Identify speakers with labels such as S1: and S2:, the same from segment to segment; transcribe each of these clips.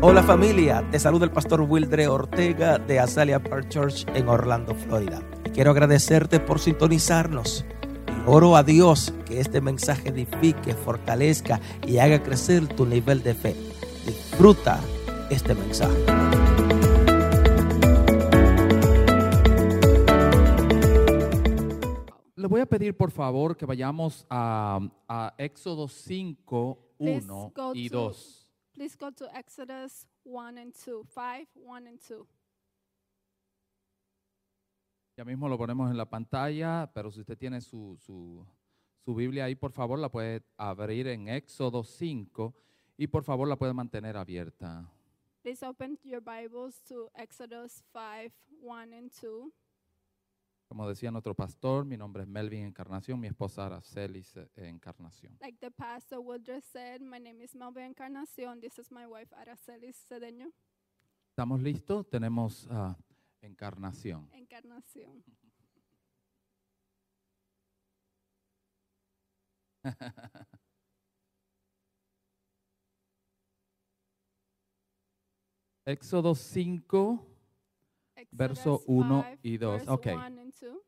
S1: Hola familia, te saluda el pastor Wildre Ortega de Azalea Park Church en Orlando, Florida. Quiero agradecerte por sintonizarnos. Y oro a Dios que este mensaje edifique, fortalezca y haga crecer tu nivel de fe. Disfruta este mensaje.
S2: Les voy a pedir por favor que vayamos a, a Éxodo 5,
S3: Let's
S2: 1
S3: go
S2: y
S3: to-
S2: 2.
S3: Please go to Exodus 1 and 2, 5, 1 and 2.
S2: Ya mismo lo ponemos en la pantalla, pero si usted tiene su, su, su Biblia ahí, por favor, la puede abrir en Éxodo 5 y por favor la puede mantener abierta.
S3: Please open your Bibles to Exodus 5, 1 and 2.
S2: Como decía nuestro pastor, mi nombre es Melvin Encarnación, mi esposa Aracelis eh, Encarnación.
S3: Like the pastor Wildred said, my name is Melvin Encarnacion. This is my wife Araceli Cedeño
S2: ¿Estamos listos? Tenemos ah, Encarnación.
S3: Encarnacion.
S2: Éxodo 5, Verso
S3: Exodus
S2: uno
S3: 5,
S2: y dos.
S3: verse
S2: Okay.
S3: 1 and 2.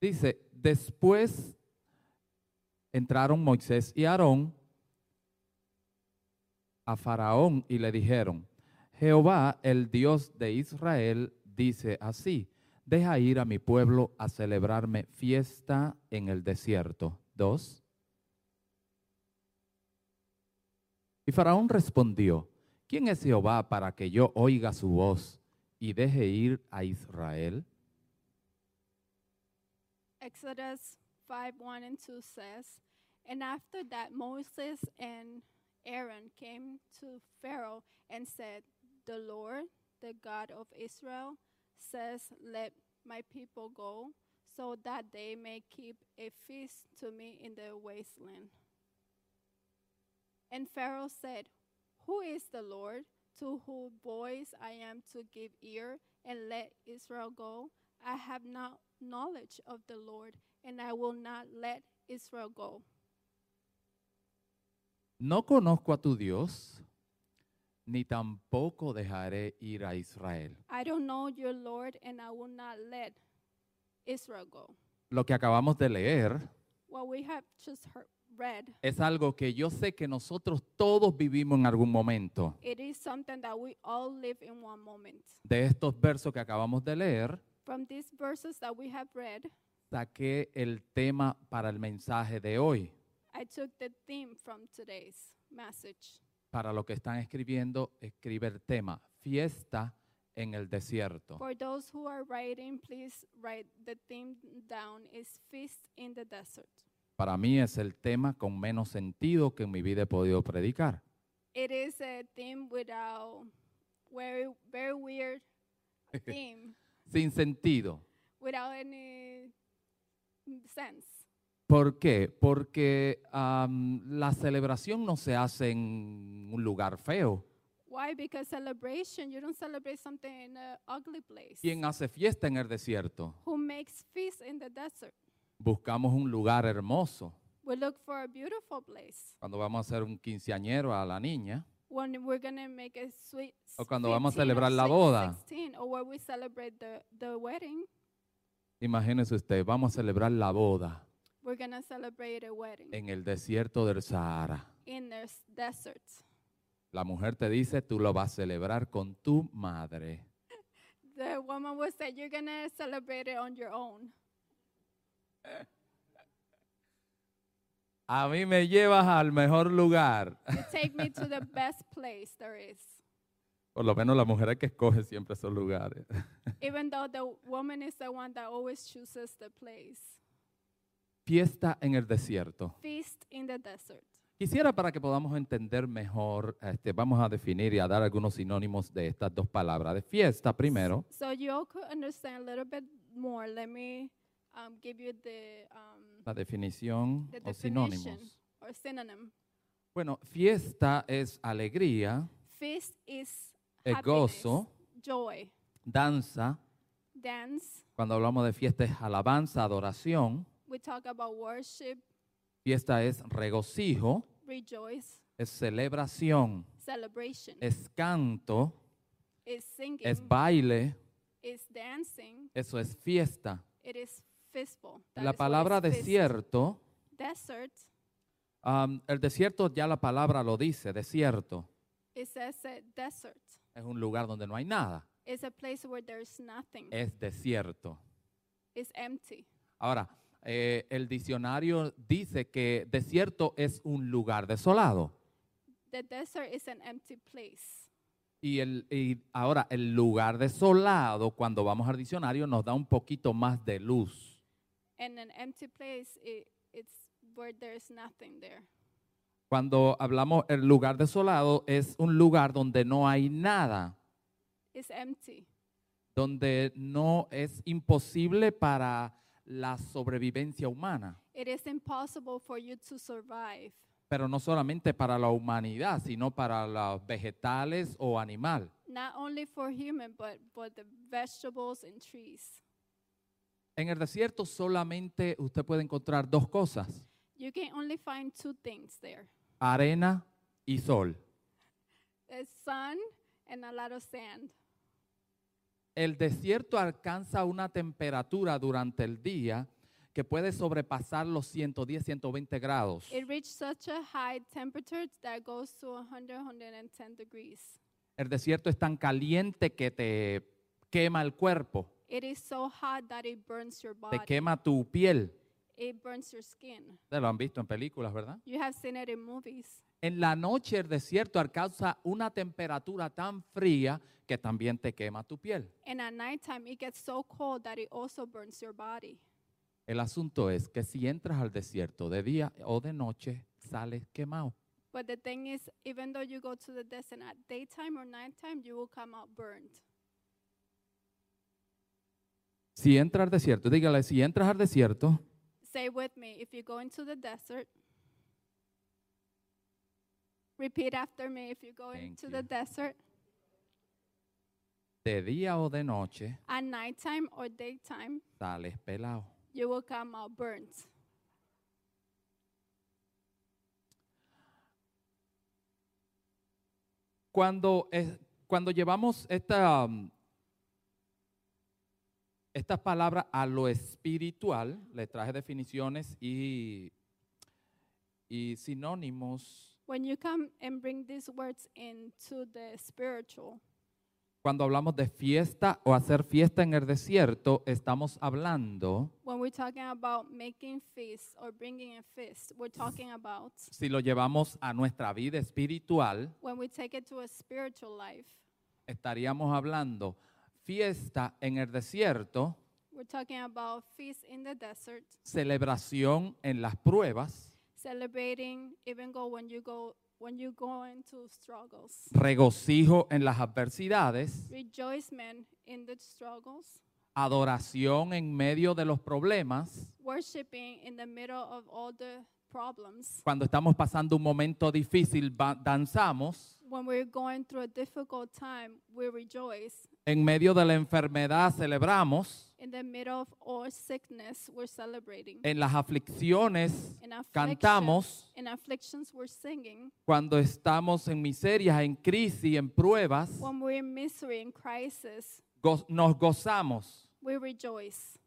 S2: Dice, después entraron Moisés y Aarón a Faraón y le dijeron, Jehová, el Dios de Israel, dice así, deja ir a mi pueblo a celebrarme fiesta en el desierto. Dos. Y Faraón respondió, ¿quién es Jehová para que yo oiga su voz y deje ir a Israel?
S3: Exodus 5 1 and 2 says, And after that, Moses and Aaron came to Pharaoh and said, The Lord, the God of Israel, says, Let my people go, so that they may keep a feast to me in the wasteland. And Pharaoh said, Who is the Lord to whose voice I am to give ear and let Israel go? I have not knowledge of the Lord, and I will not let Israel go.
S2: No conozco a tu Dios, ni tampoco dejaré ir a Israel.
S3: I don't know your Lord, and I will not let Israel go.
S2: Lo que acabamos de leer
S3: What we have just heard, read,
S2: es algo que yo sé que nosotros todos vivimos en algún momento.
S3: it is something that we all live in one moment.
S2: De estos versos que acabamos de leer,
S3: From these verses that we have read,
S2: saqué el tema para el mensaje de hoy,
S3: I took the theme from today's message.
S2: para lo que están escribiendo, escribe el tema, fiesta en el desierto.
S3: For those who are writing, please write the theme down. It's Feast in the Desert.
S2: Para mí es el tema con menos sentido que en mi vida he podido predicar.
S3: It is a theme without very very weird theme
S2: Sin sentido.
S3: without any sense
S2: ¿Por qué? Porque am, la celebración no se hace en un lugar feo.
S3: why because celebration you don't celebrate something in an ugly place
S2: ¿Quién hace fiesta en el desierto?
S3: who makes feast in the desert
S2: Buscamos un lugar hermoso.
S3: we look for a beautiful place
S2: Cuando vamos a hacer un quinceañero a la niña,
S3: when we're gonna make a sweet
S2: O cuando vamos a
S3: 15 or
S2: celebrar la
S3: sweet
S2: boda.
S3: 16, or where we celebrate the, the wedding
S2: imagínese usted, vamos a celebrar la boda
S3: we're gonna celebrate a wedding
S2: en el desierto del Sahara.
S3: in the s- desert
S2: La mujer te dice, tú lo vas a celebrar con tu madre.
S3: the woman will say you're gonna celebrate it on your own
S2: A mí me llevas al mejor lugar.
S3: You take me to the best place there is.
S2: Por lo menos la mujer es que escoge siempre esos lugares.
S3: Even though the woman is the one that always chooses the place.
S2: Fiesta en el desierto.
S3: Feast in the desert.
S2: Quisiera para que podamos entender mejor, este, vamos a definir y a dar algunos sinónimos de estas dos palabras. De fiesta primero,
S3: So you all could understand a little bit more. Let me um, give you the um,
S2: la definición
S3: the
S2: o
S3: definition
S2: sinónimos.
S3: or synonym.
S2: Bueno, fiesta es alegría,
S3: Feast is
S2: es
S3: happiness,
S2: gozo,
S3: joy,
S2: danza.
S3: dance.
S2: Cuando hablamos de fiesta es alabanza, adoración.
S3: We talk about worship,
S2: Fiesta es regocijo.
S3: rejoice,
S2: es celebración,
S3: celebration,
S2: es canto,
S3: is singing,
S2: es baile,
S3: is dancing,
S2: eso es fiesta.
S3: it is festival. That
S2: La
S3: is what
S2: palabra
S3: is feast.
S2: desierto,
S3: Desert,
S2: am, el desierto ya la palabra lo dice, desierto.
S3: it says that desert.
S2: Es un lugar donde no hay nada,
S3: It's a place where there's nothing.
S2: es desierto.
S3: It's empty.
S2: Ahora, eh, el diccionario dice que desierto es un lugar desolado.
S3: The desert is an empty place.
S2: Y, el, y ahora, el lugar desolado, cuando vamos al diccionario, nos da un poquito más de luz.
S3: And an empty place, it, it's where there's nothing there.
S2: Cuando hablamos el lugar desolado, es un lugar donde no hay nada,
S3: It's empty.
S2: donde no es imposible para la sobrevivencia humana.
S3: It is impossible for you to survive.
S2: Pero no solamente para la humanidad, sino para los vegetales o animal.
S3: Not only for human, but for the vegetables and trees.
S2: En el desierto solamente usted puede encontrar dos cosas,
S3: You can only find two things there.
S2: arena y sol.
S3: There's sun and a lot of sand.
S2: El desierto alcanza una temperatura durante el día que puede sobrepasar los 110, 120 grados.
S3: It reached such a high temperature that goes to 100, 110 degrees.
S2: El desierto es tan caliente que te quema el cuerpo,
S3: It is so hot that it burns your
S2: te
S3: body.
S2: quema tu piel.
S3: It burns your skin.
S2: Ustedes lo han visto en películas, ¿verdad?
S3: You have seen it in movies.
S2: En la noche el desierto alcanza una temperatura tan fría que también te quema tu piel.
S3: And at nighttime, it gets so cold that it also burns your body.
S2: El asunto es que si entras al desierto de día o de noche, sales quemado.
S3: But the thing is, even though you go to the desert at daytime or nighttime, you will come out burned.
S2: Si entras al desierto, dígale, si entras al desierto,
S3: Say with me if you go into the desert, repeat after me if you go
S2: Thank
S3: into
S2: you.
S3: the desert
S2: de día o de noche,
S3: at nighttime or daytime,
S2: sales pelado.
S3: you will come out burnt.
S2: Cuando, es- cuando llevamos esta, mm, estas palabras a lo espiritual, le traje definiciones y, y sinónimos.
S3: When you come and bring these words into the spiritual,
S2: Cuando hablamos de fiesta o hacer fiesta en el desierto, estamos hablando
S3: when we're talking about making feasts or bringing a feast, we're talking about
S2: si lo llevamos a nuestra vida espiritual,
S3: when we take it to a spiritual life,
S2: estaríamos hablando fiesta en el desierto,
S3: we're talking about feasts in the desert,
S2: celebración en las pruebas,
S3: celebrating even go when you go when you go into struggles,
S2: regocijo en las adversidades,
S3: rejoicement in the struggles,
S2: adoración en medio de los problemas,
S3: worshiping in the middle of all the problems.
S2: cuando estamos pasando un momento difícil ba- danzamos,
S3: When we're going through a difficult time, we rejoice.
S2: en medio de la enfermedad celebramos,
S3: In the middle of all sickness, we're celebrating.
S2: en las aflicciones
S3: In affliction-
S2: cantamos,
S3: In afflictions, we're singing.
S2: cuando estamos en miserias, en crisis, en pruebas,
S3: When we're in misery and crisis,
S2: go- nos gozamos.
S3: we rejoice.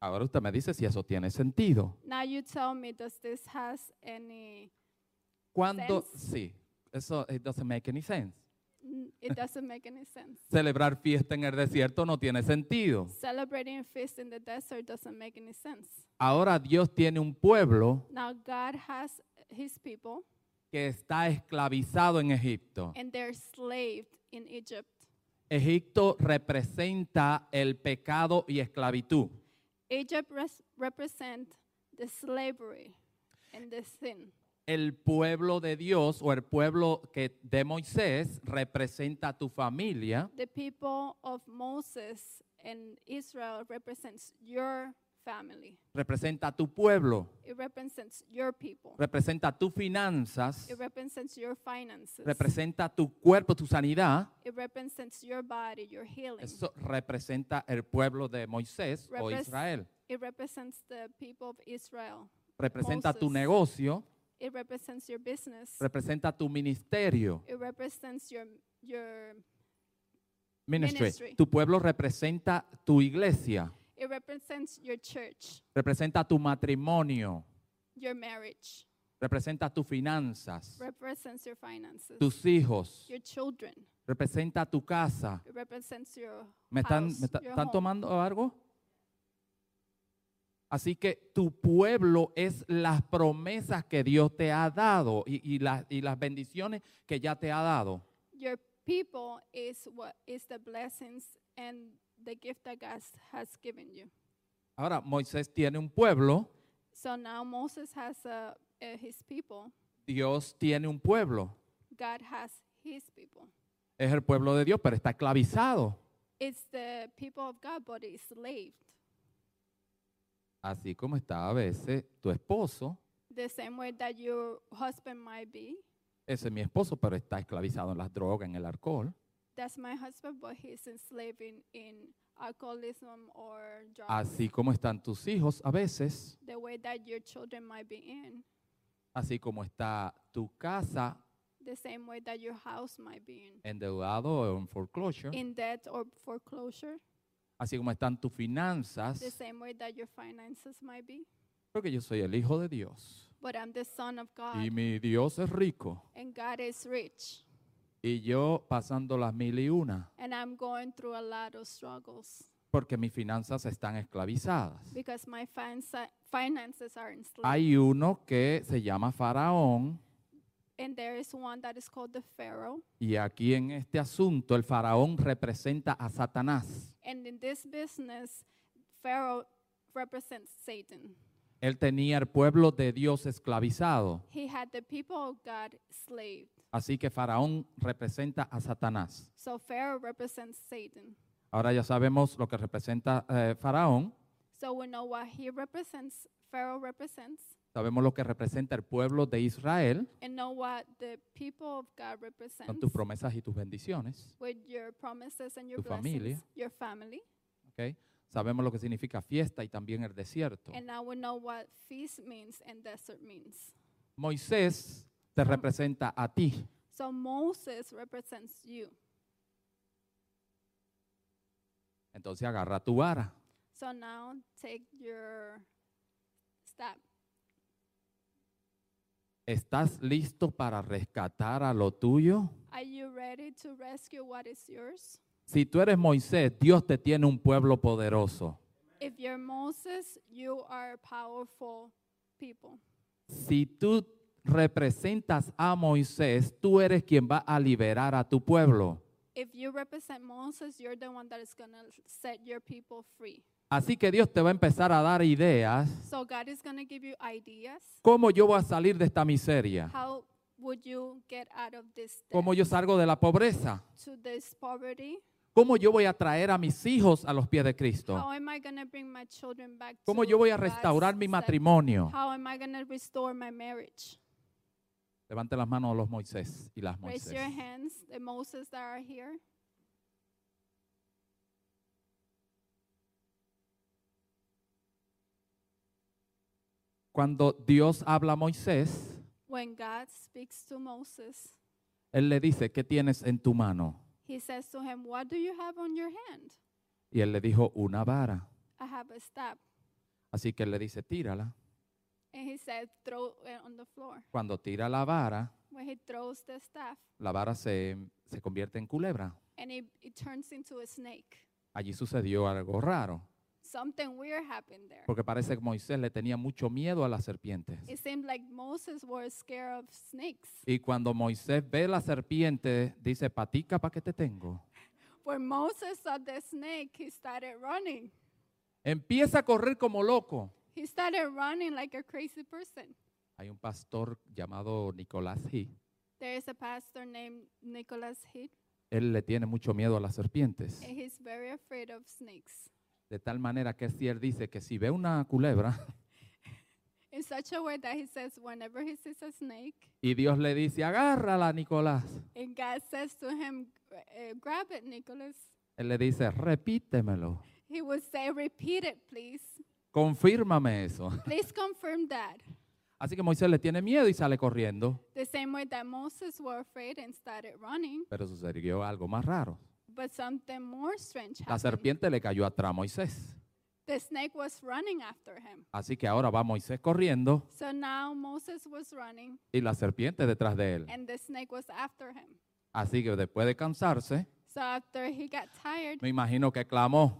S2: Ahora usted me dice si eso tiene sentido.
S3: Now you tell me, does this has any?
S2: Cuando
S3: Sense.
S2: sí, eso it doesn't make any sense.
S3: n- It doesn't make any sense.
S2: Celebrar fiesta en el desierto no tiene sentido.
S3: Celebrating a feast in the desert doesn't make any sense.
S2: Ahora Dios tiene un pueblo
S3: Now God has His people,
S2: que está esclavizado en Egipto.
S3: and they're slaved in Egypt.
S2: Egipto representa el pecado y esclavitud.
S3: Egypt res- represent the slavery and the sin.
S2: El pueblo de Dios o el pueblo que de Moisés representa a tu familia
S3: The people of Moses and Israel represents your family.
S2: representa a tu pueblo,
S3: It represents your people.
S2: representa tus finanzas,
S3: It represents your finances.
S2: representa tu cuerpo, tu sanidad.
S3: It represents your body, your healing.
S2: Eso representa el pueblo de Moisés o
S3: Repres-
S2: Israel.
S3: It represents the people of Israel.
S2: Representa tu
S3: Moses.
S2: negocio,
S3: It represents your business.
S2: representa tu ministerio.
S3: It represents your your.
S2: Ministry.
S3: Ministry.
S2: Tu pueblo representa tu iglesia,
S3: It represents your church,
S2: representa tu matrimonio,
S3: your marriage.
S2: representa tus finanzas,
S3: Represents your finances.
S2: tus hijos,
S3: your children.
S2: representa tu casa.
S3: It represents your.
S2: ¿Me están,
S3: house,
S2: me está-
S3: your
S2: están
S3: home.
S2: tomando algo? Así que tu pueblo es las promesas que Dios te ha dado y, y las- y las bendiciones que ya te ha dado.
S3: Your people is what is the blessings and the gift that God has given you.
S2: Ahora, Moisés tiene un pueblo,
S3: So now Moses has uh, uh, his people.
S2: Dios tiene un pueblo.
S3: God has his people.
S2: Es el pueblo de Dios, pero está esclavizado.
S3: It's the people of God, but it's enslaved.
S2: Así como está a veces tu esposo,
S3: The same way that your husband might be.
S2: ese es mi esposo, pero está esclavizado en las drogas, en el alcohol.
S3: That's my husband, but he's enslaving in alcoholism or drugs.
S2: Así como están tus hijos a veces,
S3: The way that your children might be in.
S2: así como está tu casa
S3: The same way that your house might be in.
S2: endeudado o en foreclosure,
S3: In debt or foreclosure.
S2: así como están tus finanzas,
S3: The same way that your finances might be.
S2: porque yo soy el hijo de Dios
S3: But I'm the son of God,
S2: y mi Dios es rico
S3: and God is rich,
S2: y yo pasando las mil y una,
S3: and I'm going through a lot of struggles
S2: porque mis finanzas están esclavizadas.
S3: because my finance- finances are enslaved.
S2: Hay uno que se llama faraón
S3: and there is one that is called the Pharaoh.
S2: y aquí en este asunto el faraón representa a Satanás.
S3: And in this business, Pharaoh represents Satan.
S2: Él tenía el pueblo de Dios esclavizado,
S3: He had the people of God slaved.
S2: así que faraón representa a Satanás.
S3: So Pharaoh represents Satan.
S2: Ahora ya sabemos lo que representa eh, faraón.
S3: So we know what he represents, Pharaoh represents,
S2: Sabemos lo que representa el pueblo de Israel
S3: and know what the people of God represents
S2: con tus promesas y tus bendiciones.
S3: with your promises and your
S2: Tu
S3: blessings,
S2: familia.
S3: your family.
S2: ¿ok? Sabemos lo que significa fiesta y también el desierto.
S3: And now we know what feast means and desert means.
S2: Moisés te representa a ti.
S3: So Moses represents you.
S2: Entonces agarra tu vara.
S3: So now take your step.
S2: ¿Estás listo para rescatar a lo tuyo?
S3: Are you ready to rescue what is yours?
S2: Si tú eres Moisés, Dios te tiene un pueblo poderoso.
S3: If you're Moses, you are powerful people.
S2: Si tú representas a Moisés, tú eres quien va a liberar a tu pueblo.
S3: If you represent Moses, you're the one that is going to set your people free.
S2: Así que Dios te va a empezar a dar ideas
S3: So God is going to give you ideas.
S2: ¿Cómo yo voy a salir de esta miseria?
S3: How would you get out of this debt
S2: ¿Cómo yo salgo de la pobreza?
S3: to this poverty?
S2: ¿Cómo yo voy a traer a mis hijos a los pies de Cristo?
S3: How am I going to bring my children back
S2: ¿Cómo
S3: to
S2: yo voy a
S3: God's
S2: restaurar mi
S3: step?
S2: matrimonio?
S3: How am I going to restore my marriage?
S2: Levante las manos los Moisés y las
S3: Raise
S2: Moisés.
S3: your hands, the Moses that are here.
S2: Cuando Dios habla a Moisés,
S3: When God speaks to Moses,
S2: Él le dice, ¿qué tienes en tu mano?
S3: he says to him, What do you have on your hand?
S2: Y él le dijo, una vara.
S3: I have a staff.
S2: Así que él le dice, tírala.
S3: And he said, Throw it on the floor.
S2: Cuando tira la vara,
S3: When he throws the staff,
S2: la vara se, se convierte en culebra.
S3: and it, it turns into a snake.
S2: Allí sucedió algo raro,
S3: Something weird happened there.
S2: porque parece que Moisés le tenía mucho miedo a las serpientes.
S3: It seemed like Moses was scared of snakes.
S2: Y cuando Moisés ve la serpiente, dice, patica, ¿para qué te tengo?
S3: When Moses saw the snake, he started running.
S2: Empieza a correr como loco.
S3: He started running like a crazy person.
S2: Hay un pastor llamado Nicolás He.
S3: There is a pastor named Nicholas Heed,
S2: Él le tiene mucho miedo a las serpientes.
S3: and he's very afraid of snakes.
S2: De tal manera que si él dice que si ve una culebra
S3: In such a way that he says, whenever he sees a snake,
S2: y Dios le dice, agárrala, Nicolás,
S3: and God says to him, "Uh, Grab it, Nicholas,
S2: él le dice, repítemelo,
S3: he would say, Repeat it, please.
S2: confírmame eso.
S3: Please confirm that.
S2: Así que Moisés le tiene miedo y sale corriendo.
S3: The same way that Moses were afraid and started running,
S2: Pero sucedió algo más raro.
S3: but something more strange
S2: La
S3: happened.
S2: serpiente le cayó atrás a Moisés.
S3: The snake was running after him.
S2: Así que ahora va Moisés corriendo
S3: So now Moses was running
S2: y la serpiente detrás de él.
S3: and the snake was after him.
S2: Así que después de cansarse,
S3: So after he got tired,
S2: me imagino que clamó.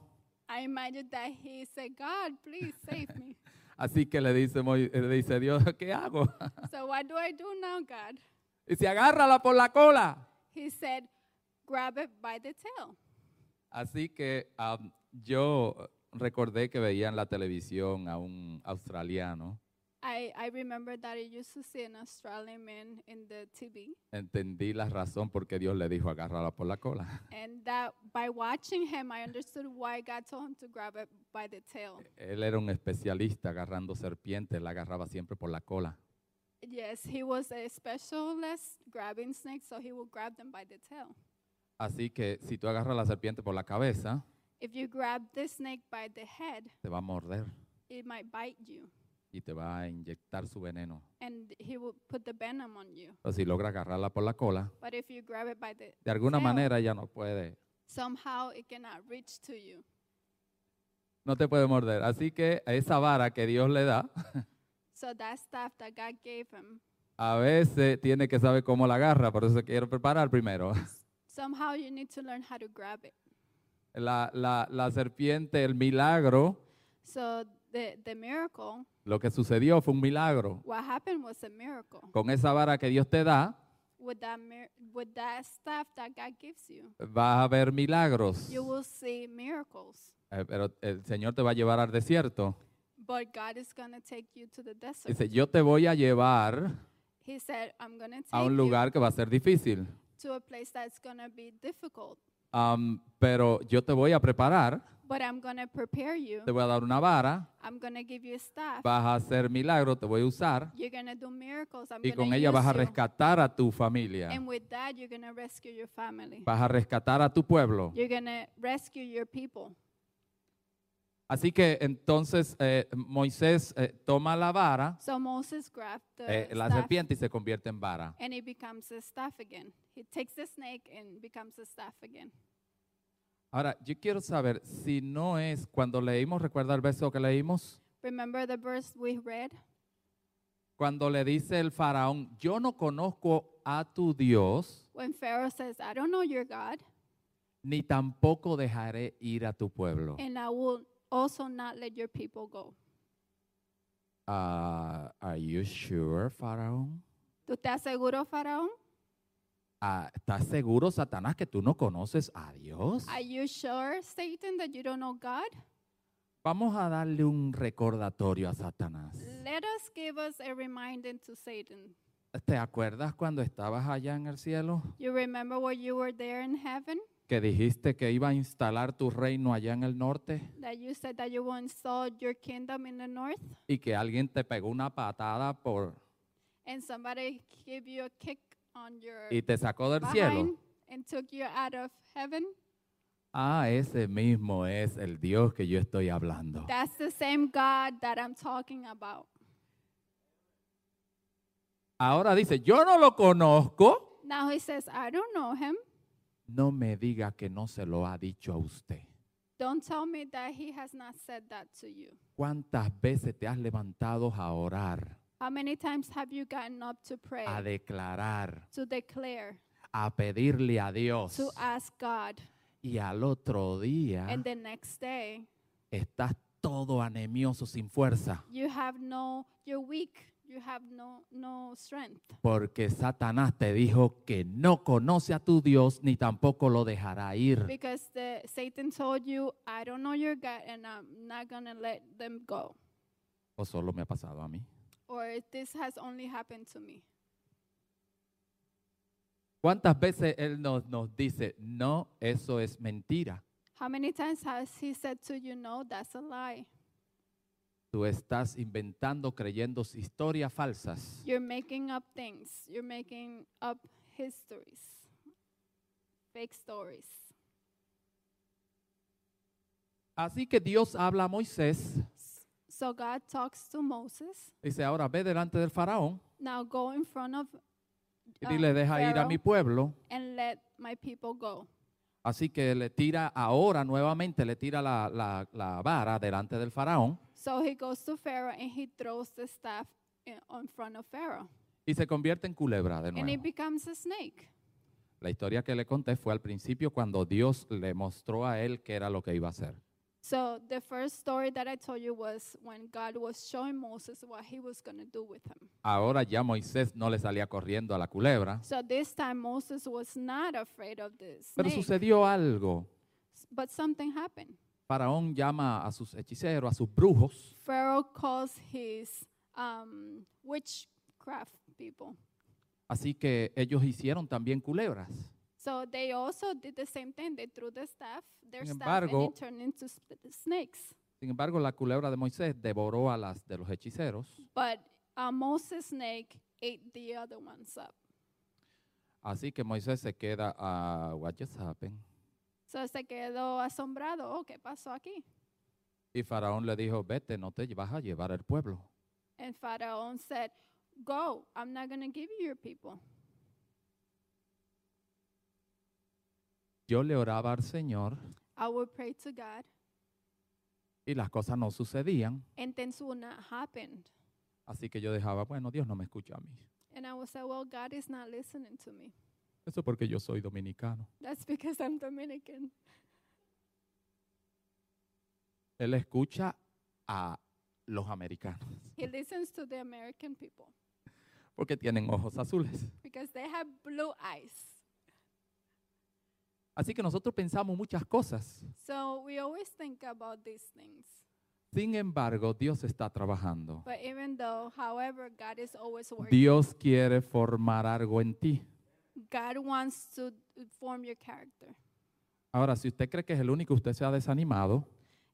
S3: I imagine that he said, God, please save me.
S2: Así que le dice, Moi- eh, le dice Dios, ¿qué hago?
S3: so what do I do now, God?
S2: Y se agárrala por la cola.
S3: He said, grab it by the tail.
S2: Así que am, yo recordé que veía en la televisión a un australiano.
S3: I, I remember that I used to see an Australian man in the TV,
S2: Entendí la razón por qué Dios le dijo agárrala por la cola.
S3: and that by watching him, I understood why God told him to grab it by the tail.
S2: Él era un especialista agarrando serpientes, la agarraba siempre por la cola.
S3: Yes, he was a specialist grabbing snakes, so he will grab them by the tail.
S2: Así que si tú agarras la serpiente por la cabeza,
S3: If you grab this snake by the head,
S2: te va a morder
S3: it might bite you,
S2: y te va a inyectar su veneno.
S3: and he will put the venom on you.
S2: Pero si logra agarrarla por la cola,
S3: But if you grab it by the
S2: de alguna
S3: tail,
S2: manera ya no puede,
S3: somehow it cannot reach to you.
S2: no te puede morder. Así que esa vara que Dios le da,
S3: So that staff that God gave him,
S2: a veces tiene que saber cómo la agarra, por eso quiero preparar primero.
S3: somehow you need to learn how to grab it.
S2: La, la- la serpiente, el milagro,
S3: So the, the miracle,
S2: lo que sucedió fue un milagro.
S3: what happened was a miracle.
S2: Con esa vara que Dios te da,
S3: With that, mir- with that staff that God gives you,
S2: vas a ver milagros.
S3: you will see miracles.
S2: Eh, pero el Señor te va a llevar al desierto.
S3: But God is going to take you to the desert.
S2: Dice, yo te voy a llevar
S3: he said, I'm going to take
S2: a un lugar que va a ser difícil.
S3: you to a place that's going to be difficult,
S2: Am, um, pero yo te voy a preparar,
S3: but I'm going to prepare you.
S2: te voy a dar una vara,
S3: I'm going to give you a staff.
S2: vas a hacer milagros, te voy a usar
S3: You're going to do miracles. I'm
S2: y con
S3: going to
S2: ella vas a
S3: use you.
S2: rescatar a tu familia,
S3: And with that, you're going to rescue your family.
S2: vas a rescatar a tu pueblo.
S3: You're going to rescue your people.
S2: Así que entonces eh, Moisés eh, toma la vara,
S3: So Moses grabbed the
S2: eh, la
S3: staff
S2: serpiente y se convierte en vara.
S3: and it becomes a staff again. He takes the snake and becomes a staff again.
S2: Ahora, yo quiero saber si no es cuando leímos, recuerda el verso que leímos,
S3: Remember the verse we read?
S2: cuando le dice el faraón, yo no conozco a tu Dios,
S3: When Pharaoh says, I don't know your God,
S2: ni tampoco dejaré ir a tu pueblo.
S3: and I will also not let your people go.
S2: Ah, are you sure, faraón?
S3: ¿Tú te aseguro, Faraón?
S2: Ah, ¿Estás seguro, Satanás, que tú no conoces a Dios?
S3: Are you sure, Satan, that you don't know God?
S2: Vamos a darle un recordatorio a Satanás.
S3: Let us give us a reminder to Satan.
S2: ¿Te acuerdas cuando estabas allá en el cielo?
S3: You remember when you were there in heaven?
S2: Que dijiste que iba a instalar tu reino allá en el norte
S3: That you said that you will install your kingdom in the north,
S2: y que alguien te pegó una patada por
S3: and somebody gave you a kick on your
S2: y te sacó del
S3: behind
S2: cielo.
S3: and took you out of heaven.
S2: Ah, ese mismo es el Dios que yo estoy hablando.
S3: That's the same God that I'm talking about.
S2: Ahora dice, yo no lo conozco.
S3: Now he says, I don't know him.
S2: No me diga que no se lo ha dicho a usted.
S3: Don't tell me that he has not said that to you.
S2: ¿Cuántas veces te has levantado a orar,
S3: How many times have you gotten up to pray,
S2: a declarar,
S3: to declare,
S2: a pedirle a Dios?
S3: to ask God,
S2: Y al otro día
S3: and the next day
S2: estás todo anemioso, sin fuerza,
S3: you have no, you're weak, you have no, no strength
S2: porque Satanás te dijo que no conoce a tu Dios ni tampoco lo dejará ir.
S3: because the Satan told you, I don't know your God, and I'm not gonna let them go.
S2: O solo me ha pasado a mí.
S3: Or this has only happened to me.
S2: ¿Cuántas veces él nos, nos dice, no, eso es mentira?
S3: How many times has he said to you, No, that's a lie?
S2: Tú estás inventando, creyendo historias falsas.
S3: You're making up things. You're making up histories, fake stories.
S2: Así que Dios habla a Moisés
S3: S- So God talks to Moses.
S2: Dice, ahora ve delante del faraón
S3: Now go in front of
S2: y
S3: Ah,
S2: dile, deja ir a
S3: Pharaoh.
S2: mi pueblo.
S3: and let my people go.
S2: Así que le tira ahora nuevamente, le tira la, la- la vara delante del faraón
S3: So he goes to Pharaoh and he throws the staff in, on front of Pharaoh.
S2: y se convierte en culebra de
S3: And it
S2: nuevo.
S3: becomes a snake.
S2: La historia que le conté fue al principio cuando Dios le mostró a él qué era lo que iba a hacer.
S3: So the first story that I told you was when God was showing Moses what he was going to do with him.
S2: Ahora ya Moisés no le salía corriendo a la culebra,
S3: So this time Moses was not afraid of this.
S2: pero sucedió algo.
S3: But something happened.
S2: Faraón llama a sus hechiceros, a sus brujos,
S3: Pharaoh calls his um, witchcraft people.
S2: así que ellos hicieron también culebras.
S3: So they also did the same thing. They threw the staff, their
S2: Sin
S3: staff, and
S2: embargo-
S3: it turned into sp- snakes.
S2: Sin embargo, la culebra de Moisés devoró a las de los hechiceros,
S3: But uh, Moses' snake ate the other ones up.
S2: así que Moisés se queda a what just happened.
S3: So se quedó asombrado. Oh, ¿qué pasó aquí?
S2: Y Faraón le dijo, vete, no te vas a llevar al pueblo.
S3: And Pharaoh said, Go, I'm not going to give you your people.
S2: Yo le oraba al Señor
S3: I will pray to God,
S2: y las cosas no sucedían,
S3: and things will not happen.
S2: así que yo dejaba, bueno, Dios no me escucha a mí.
S3: And I will say, Well, God is not listening to me.
S2: Eso porque yo soy dominicano.
S3: That's because I'm Dominican.
S2: Él escucha a los americanos
S3: He listens to the American people
S2: porque tienen ojos azules.
S3: because they have blue eyes.
S2: Así que nosotros pensamos muchas cosas.
S3: So we always think about these things.
S2: Sin embargo, Dios está trabajando.
S3: But even though, however, God is always working,
S2: Dios quiere formar algo en ti.
S3: God wants to form your character.
S2: Ahora, si usted cree que es el único, usted se ha desanimado.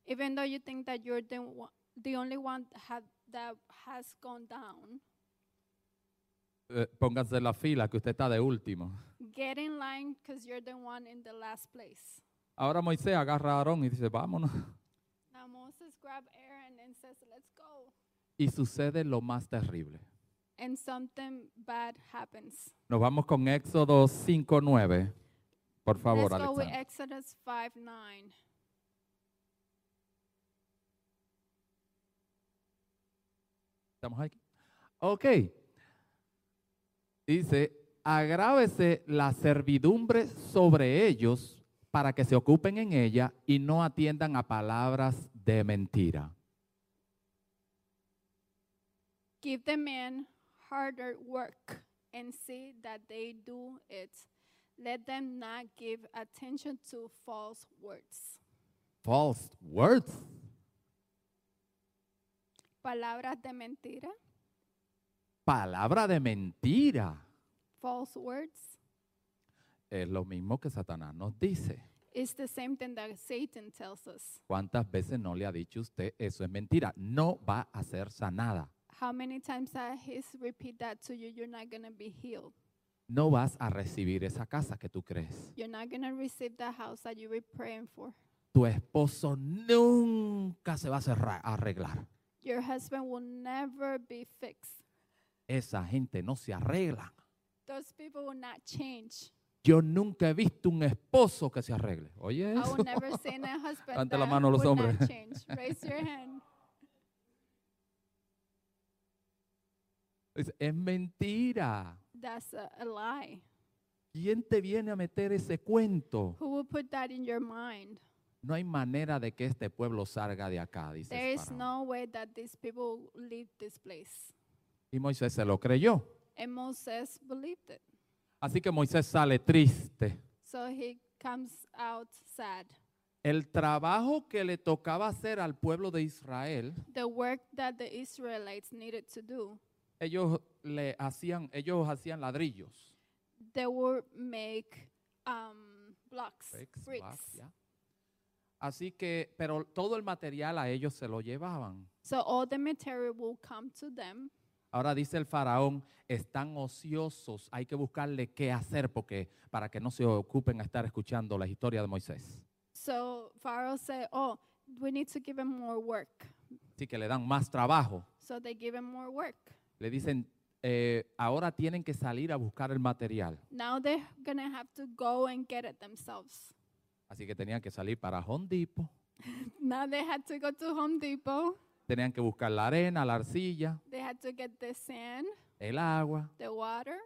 S3: Even though you think that you're the, one- the only one that have, that has gone down,
S2: eh, póngase en la fila que usted está de último.
S3: get in line because you're the one in the last place.
S2: Ahora Moisés agarra a Aarón y dice, vámonos.
S3: Now Moses grabbed Aaron and says, Let's go.
S2: Y sucede lo más terrible.
S3: And something bad happens.
S2: Nos vamos con Éxodo 5.9. Por favor,
S3: Let's go with
S2: Alexander.
S3: Exodus 5 9.
S2: ¿Estamos aquí? Ok. Dice, agrávese la servidumbre sobre ellos para que se ocupen en ella y no atiendan a palabras de mentira.
S3: Give the men harder work and see that they do it. Let them not give attention to false words.
S2: False words.
S3: Palabras de mentira,
S2: Palabra de mentira.
S3: false words,
S2: Es lo mismo que Satanás nos dice.
S3: is the same thing that Satan tells us.
S2: ¿Cuántas veces no le ha dicho usted eso es mentira? No va a ser sanada.
S3: How many times has he repeat that to you? You're not going to be healed.
S2: No vas a recibir esa casa que tú crees.
S3: You're not going to receive the house that you were praying for.
S2: Tu esposo nunca se va a cerrar- a arreglar.
S3: Your husband will never be fixed.
S2: Esa gente no se arregla.
S3: Those people will not change.
S2: Yo nunca he visto un esposo que se arregle. Oye,
S3: I will
S2: eso.
S3: never sin a husband
S2: Levante la
S3: that
S2: mano los
S3: would not
S2: hombres.
S3: change. Raise your hand.
S2: Dice, es mentira.
S3: That's a, a lie.
S2: ¿Quién te viene a meter ese cuento?
S3: Who will put that in your mind?
S2: No hay manera de que este pueblo salga de acá, dice.
S3: There is
S2: Faraón.
S3: no way that these people will leave this place.
S2: Y Moisés se lo creyó.
S3: And Moses believed it.
S2: Así que Moisés sale triste.
S3: So he comes out sad.
S2: El trabajo que le tocaba hacer al pueblo de Israel,
S3: The work that the Israelites needed to do,
S2: ellos le hacían, ellos hacían ladrillos.
S3: they would make um, blocks,
S2: bricks,
S3: bricks.
S2: blocks, yeah. Así que, pero todo el material a ellos se lo llevaban.
S3: So all the material will come to them.
S2: Ahora dice el faraón, están ociosos, hay que buscarle qué hacer porque para que no se ocupen a estar escuchando la historia de Moisés.
S3: So Pharaoh said, Oh, we need to give him more work
S2: Así que le dan más trabajo.
S3: So they give him more work.
S2: Le dicen, eh, ahora tienen que salir a buscar el material.
S3: Now they're going to have to go and get it themselves.
S2: Así que tenían que salir para Home Depot.
S3: Now they had to go to Home Depot.
S2: Tenían que buscar la arena, la arcilla,
S3: They had to get the sand,
S2: el agua.
S3: the water.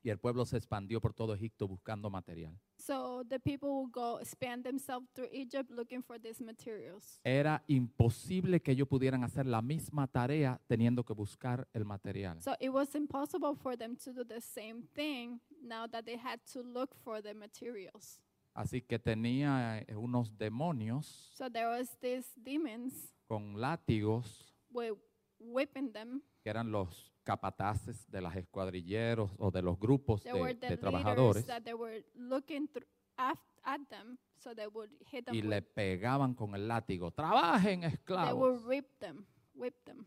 S2: Y el pueblo se expandió por todo Egipto buscando material.
S3: So the people will go span themselves through Egypt looking for these materials.
S2: Era imposible que ellos pudieran hacer la misma tarea teniendo que buscar el material.
S3: So it was impossible for them to do the same thing now that they had to look for the materials.
S2: Así que tenía eh, unos demonios
S3: So there was these demons
S2: con látigos,
S3: with whipping them.
S2: que eran los capataces de las escuadrilleros o de los grupos
S3: There were
S2: de, de
S3: the leaders
S2: trabajadores
S3: that they were looking through at, at them, so they would hit them.
S2: y le
S3: With,
S2: pegaban con el látigo. Trabajen,
S3: they would
S2: esclavos.
S3: whip them, whip them.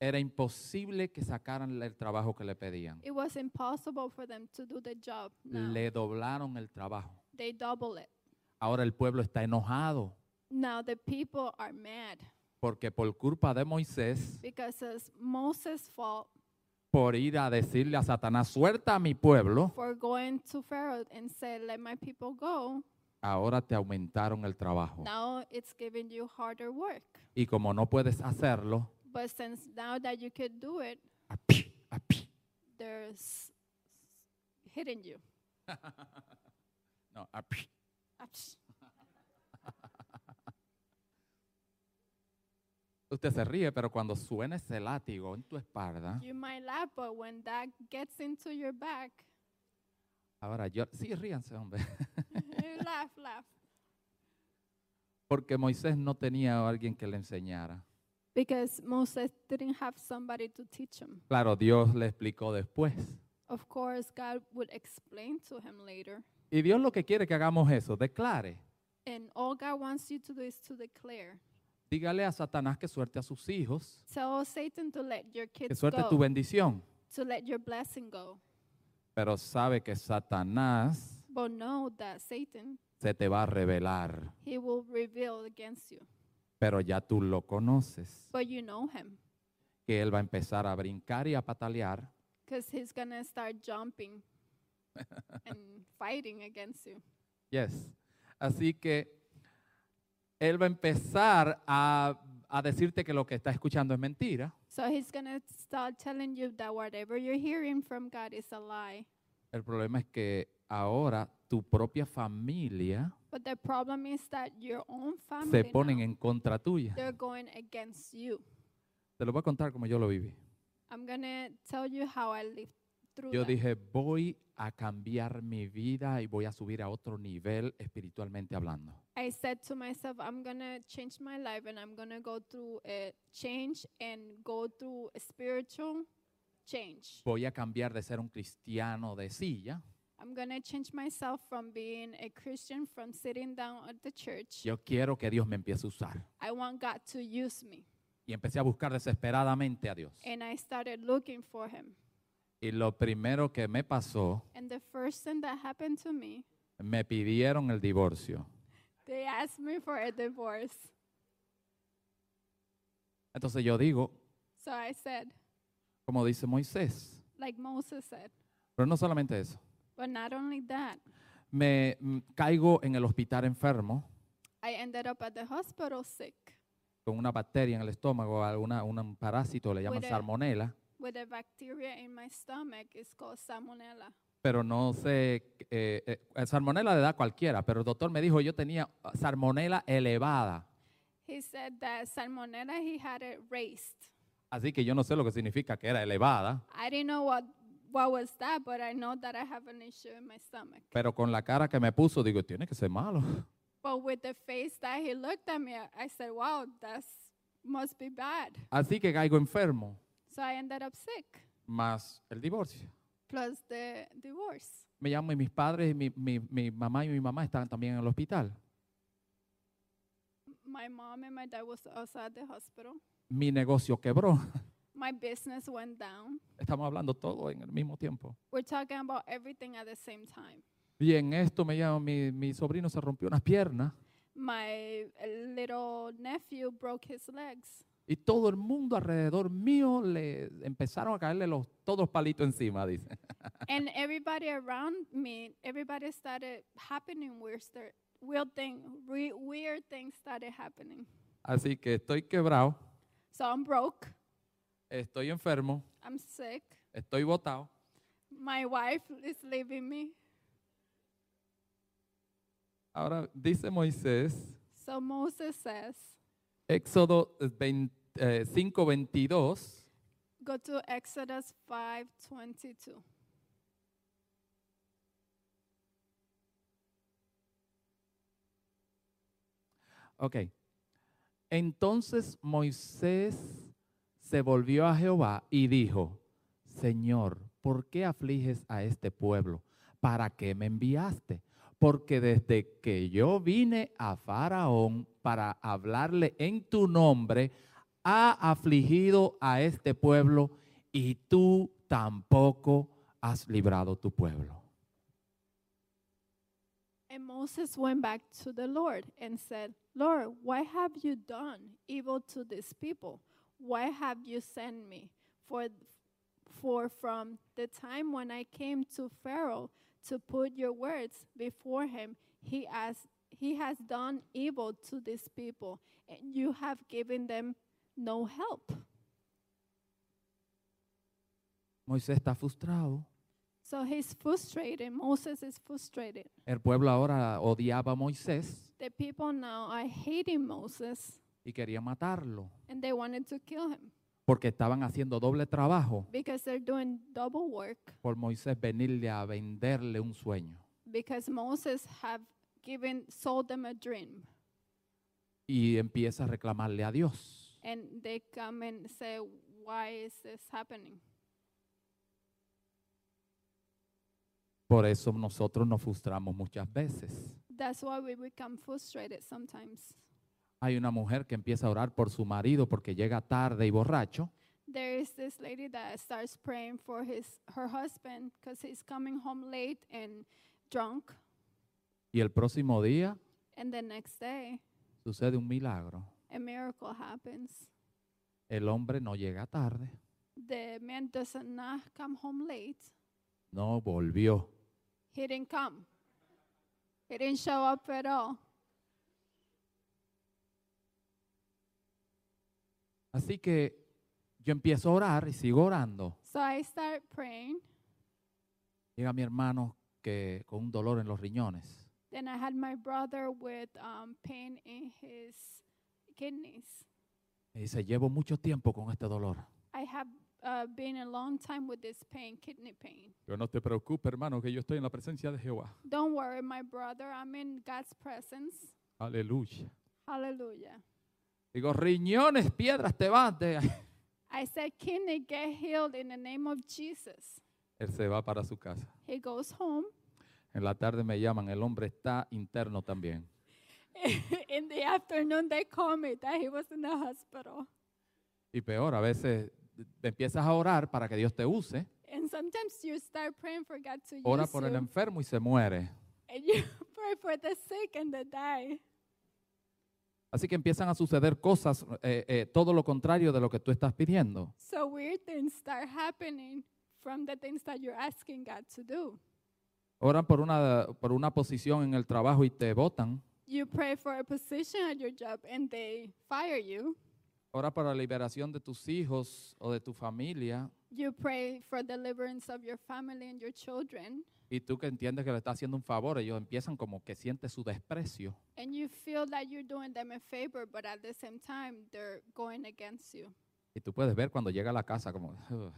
S2: Era imposible que sacaran el trabajo que le pedían.
S3: It was impossible for them to do the job. Now.
S2: Le doblaron el trabajo.
S3: They double it.
S2: Ahora el pueblo está enojado
S3: Now the people are mad
S2: porque por culpa de Moisés,
S3: because it's Moses' fault
S2: por ir a decirle a Satanás, suelta a mi pueblo,
S3: for going to Pharaoh and said, "Let my people
S2: Oh.
S3: go."
S2: ahora te aumentaron el trabajo.
S3: Now it's giving you harder work.
S2: Y como no puedes hacerlo,
S3: But since now that you could do it,
S2: apí, apí.
S3: there's hitting you.
S2: No, apí.
S3: Ouch.
S2: Usted se ríe, pero cuando suena ese látigo en tu espalda,
S3: You might laugh, but when that gets into your back,
S2: ahora yo, sí, ríanse, hombre.
S3: you laugh, laugh.
S2: Porque Moisés no tenía a alguien que le enseñara.
S3: Because Moses didn't have somebody to teach him.
S2: Claro, Dios le explicó después.
S3: Of course, God would explain to him later.
S2: Y Dios lo que quiere que hagamos eso, declare.
S3: And all God wants you to do is to declare.
S2: Dígale a Satanás que suerte a sus hijos,
S3: Tell Satan to let your
S2: que
S3: kids
S2: suerte tu
S3: go,
S2: bendición.
S3: to let your blessing go.
S2: Pero sabe que Satanás
S3: But know that Satan,
S2: se te va a revelar,
S3: he will reveal against you.
S2: pero ya tú lo conoces,
S3: But you know him
S2: que él va a empezar a brincar y a patalear
S3: because he's going to start jumping and fighting against you.
S2: Yes. Así que él va a empezar a, a decirte que lo que está escuchando es mentira.
S3: So he's going to start telling you that whatever you're hearing from God is a lie.
S2: El problema es que ahora tu propia familia
S3: But the problem is that your own
S2: se
S3: family,
S2: ponen
S3: now,
S2: en contra tuya.
S3: they're going against you.
S2: Te lo voy a contar como yo lo viví.
S3: I'm going to tell you how I lived through
S2: Yo
S3: that.
S2: dije, voy a cambiar mi vida y voy a subir a otro nivel espiritualmente hablando.
S3: I said to myself, I'm going to change my life and I'm going to go through a change and go through a spiritual change.
S2: Voy a cambiar de ser un cristiano de silla.
S3: I'm going to change myself from being a Christian, from sitting down at the church.
S2: Yo quiero que Dios me empiece a usar.
S3: I want God to use me.
S2: Y empecé a buscar desesperadamente a Dios.
S3: And I started looking for Him.
S2: Y lo primero que me pasó
S3: And the first thing that happened to me,
S2: me pidieron el divorcio.
S3: they asked me for a divorce.
S2: Entonces yo digo,
S3: So I said,
S2: como dice Moisés,
S3: like Moses said,
S2: pero no solamente eso,
S3: but not only that,
S2: me mm, caigo en el hospital enfermo
S3: I ended up at the hospital sick
S2: con una bacteria en el estómago, alguna, una- un parásito, le llaman
S3: Puede-
S2: salmonela,
S3: with a bacteria in my stomach. It's called salmonella.
S2: pero no sé, eh, eh, eh, salmonela le da a cualquiera, pero el doctor me dijo yo tenía ah, salmonela elevada,
S3: He said that salmonella, he had it raised.
S2: así que yo no sé lo que significa que era elevada,
S3: I didn't know what, what was that, but I know that I have an issue in my stomach.
S2: pero con la cara que me puso digo, tiene que ser malo.
S3: But with the face that he looked at me, I- I said, wow, that's must be bad.
S2: Así que caigo enfermo,
S3: So I ended up sick,
S2: más el divorcio.
S3: plus the divorce.
S2: me llamo y mis padres, mi, mi, mi mamá y mi mamá estaban también en el hospital.
S3: My mom and my dad was also at the hospital.
S2: Mi negocio quebró.
S3: My business went down.
S2: Estamos hablando todo en el mismo tiempo.
S3: We're talking about everything at the same time.
S2: Y en esto me llama, mi, mi sobrino se rompió unas piernas.
S3: My eh, little nephew broke his legs.
S2: Y todo el mundo alrededor mío le empezaron a caerle los, todos los palitos encima, dice.
S3: and everybody around me, everybody started happening weird, stir- weird thing, re- weird things started happening.
S2: Así que estoy quebrado,
S3: So I'm broke.
S2: estoy enfermo,
S3: I'm sick.
S2: estoy botado.
S3: My wife is leaving me.
S2: Ahora dice Moisés,
S3: So Moses says,
S2: Éxodo 20, eh, 5, 22.
S3: go to Exodus 5:22.
S2: Ok. Entonces Moisés se volvió a Jehová y dijo, Señor, ¿por qué afliges a este pueblo? ¿Para qué me enviaste? Porque desde que yo vine a Faraón para hablarle en tu nombre, ha afligido a este pueblo y tú tampoco has librado tu pueblo.
S3: And Moses went back to the Lord and said, Lord, why have you done evil to this people? Why have you sent me? For, for from the time when I came to Pharaoh to put your words before him, he asked, he has done evil to this people, and you have given them no help.
S2: Moisés está frustrado.
S3: So he's frustrated. Moses is frustrated.
S2: El pueblo ahora odiaba a Moisés
S3: The people now are hating Moses,
S2: y quería matarlo.
S3: and they wanted to kill him.
S2: porque estaban haciendo doble trabajo
S3: because they're doing double work
S2: por Moisés venirle a venderle un sueño.
S3: because Moses have given sold them a dream
S2: Y empieza a reclamarle a Dios.
S3: and they come and say why is this happening
S2: Por eso nosotros nos frustramos muchas veces.
S3: that's why we become frustrated sometimes
S2: Hay una mujer que empieza a orar por su marido porque llega tarde y borracho
S3: there is this lady that starts praying for his her husband cuz he's coming home late and drunk
S2: y el próximo día
S3: and the next day
S2: sucede un milagro.
S3: a miracle happens
S2: El hombre no llega tarde,
S3: the man does not come home late
S2: no volvió.
S3: he didn't come he didn't show up at all
S2: Así que yo empiezo a orar y sigo orando.
S3: so i start praying
S2: Llega mi hermano que con un dolor en los riñones.
S3: Then I had my brother with um, pain in his kidneys.
S2: Y dice, llevo mucho tiempo con este dolor.
S3: I have uh, been a long time with this pain, kidney pain.
S2: Pero no te preocupes, hermano, que yo estoy en la presencia de Jehová.
S3: Don't worry, my brother. I'm in God's presence.
S2: Aleluya.
S3: Hallelujah.
S2: Digo, riñones, piedras, te vas. de ahí".
S3: I said, kidney, get healed in the name of Jesus.
S2: Él se va para su casa.
S3: He goes home.
S2: En la tarde me llaman, el hombre está interno también.
S3: in the afternoon, they call me that he was in the hospital.
S2: Y peor, a veces empiezas a orar para que Dios te use.
S3: And sometimes you start praying for God to
S2: Ora
S3: use
S2: por el
S3: you,
S2: enfermo y se muere.
S3: and you pray for the sick and the die.
S2: Así que empiezan a suceder cosas, eh, eh, todo lo contrario de lo que tú estás pidiendo.
S3: So weird things start happening from the things that you're asking God to do.
S2: Oran por una, por una posición en el trabajo y te votan.
S3: You pray for a position at your job and they fire you.
S2: Ora por la liberación de tus hijos o de tu familia.
S3: You pray for deliverance of your family and your children.
S2: Y tú que entiendes que le estás haciendo un favor, ellos empiezan como que sientes su desprecio.
S3: And you feel that you're doing them a favor, but at the same time, they're going against you.
S2: Y tú puedes ver cuando llega a la casa como, "Ugh".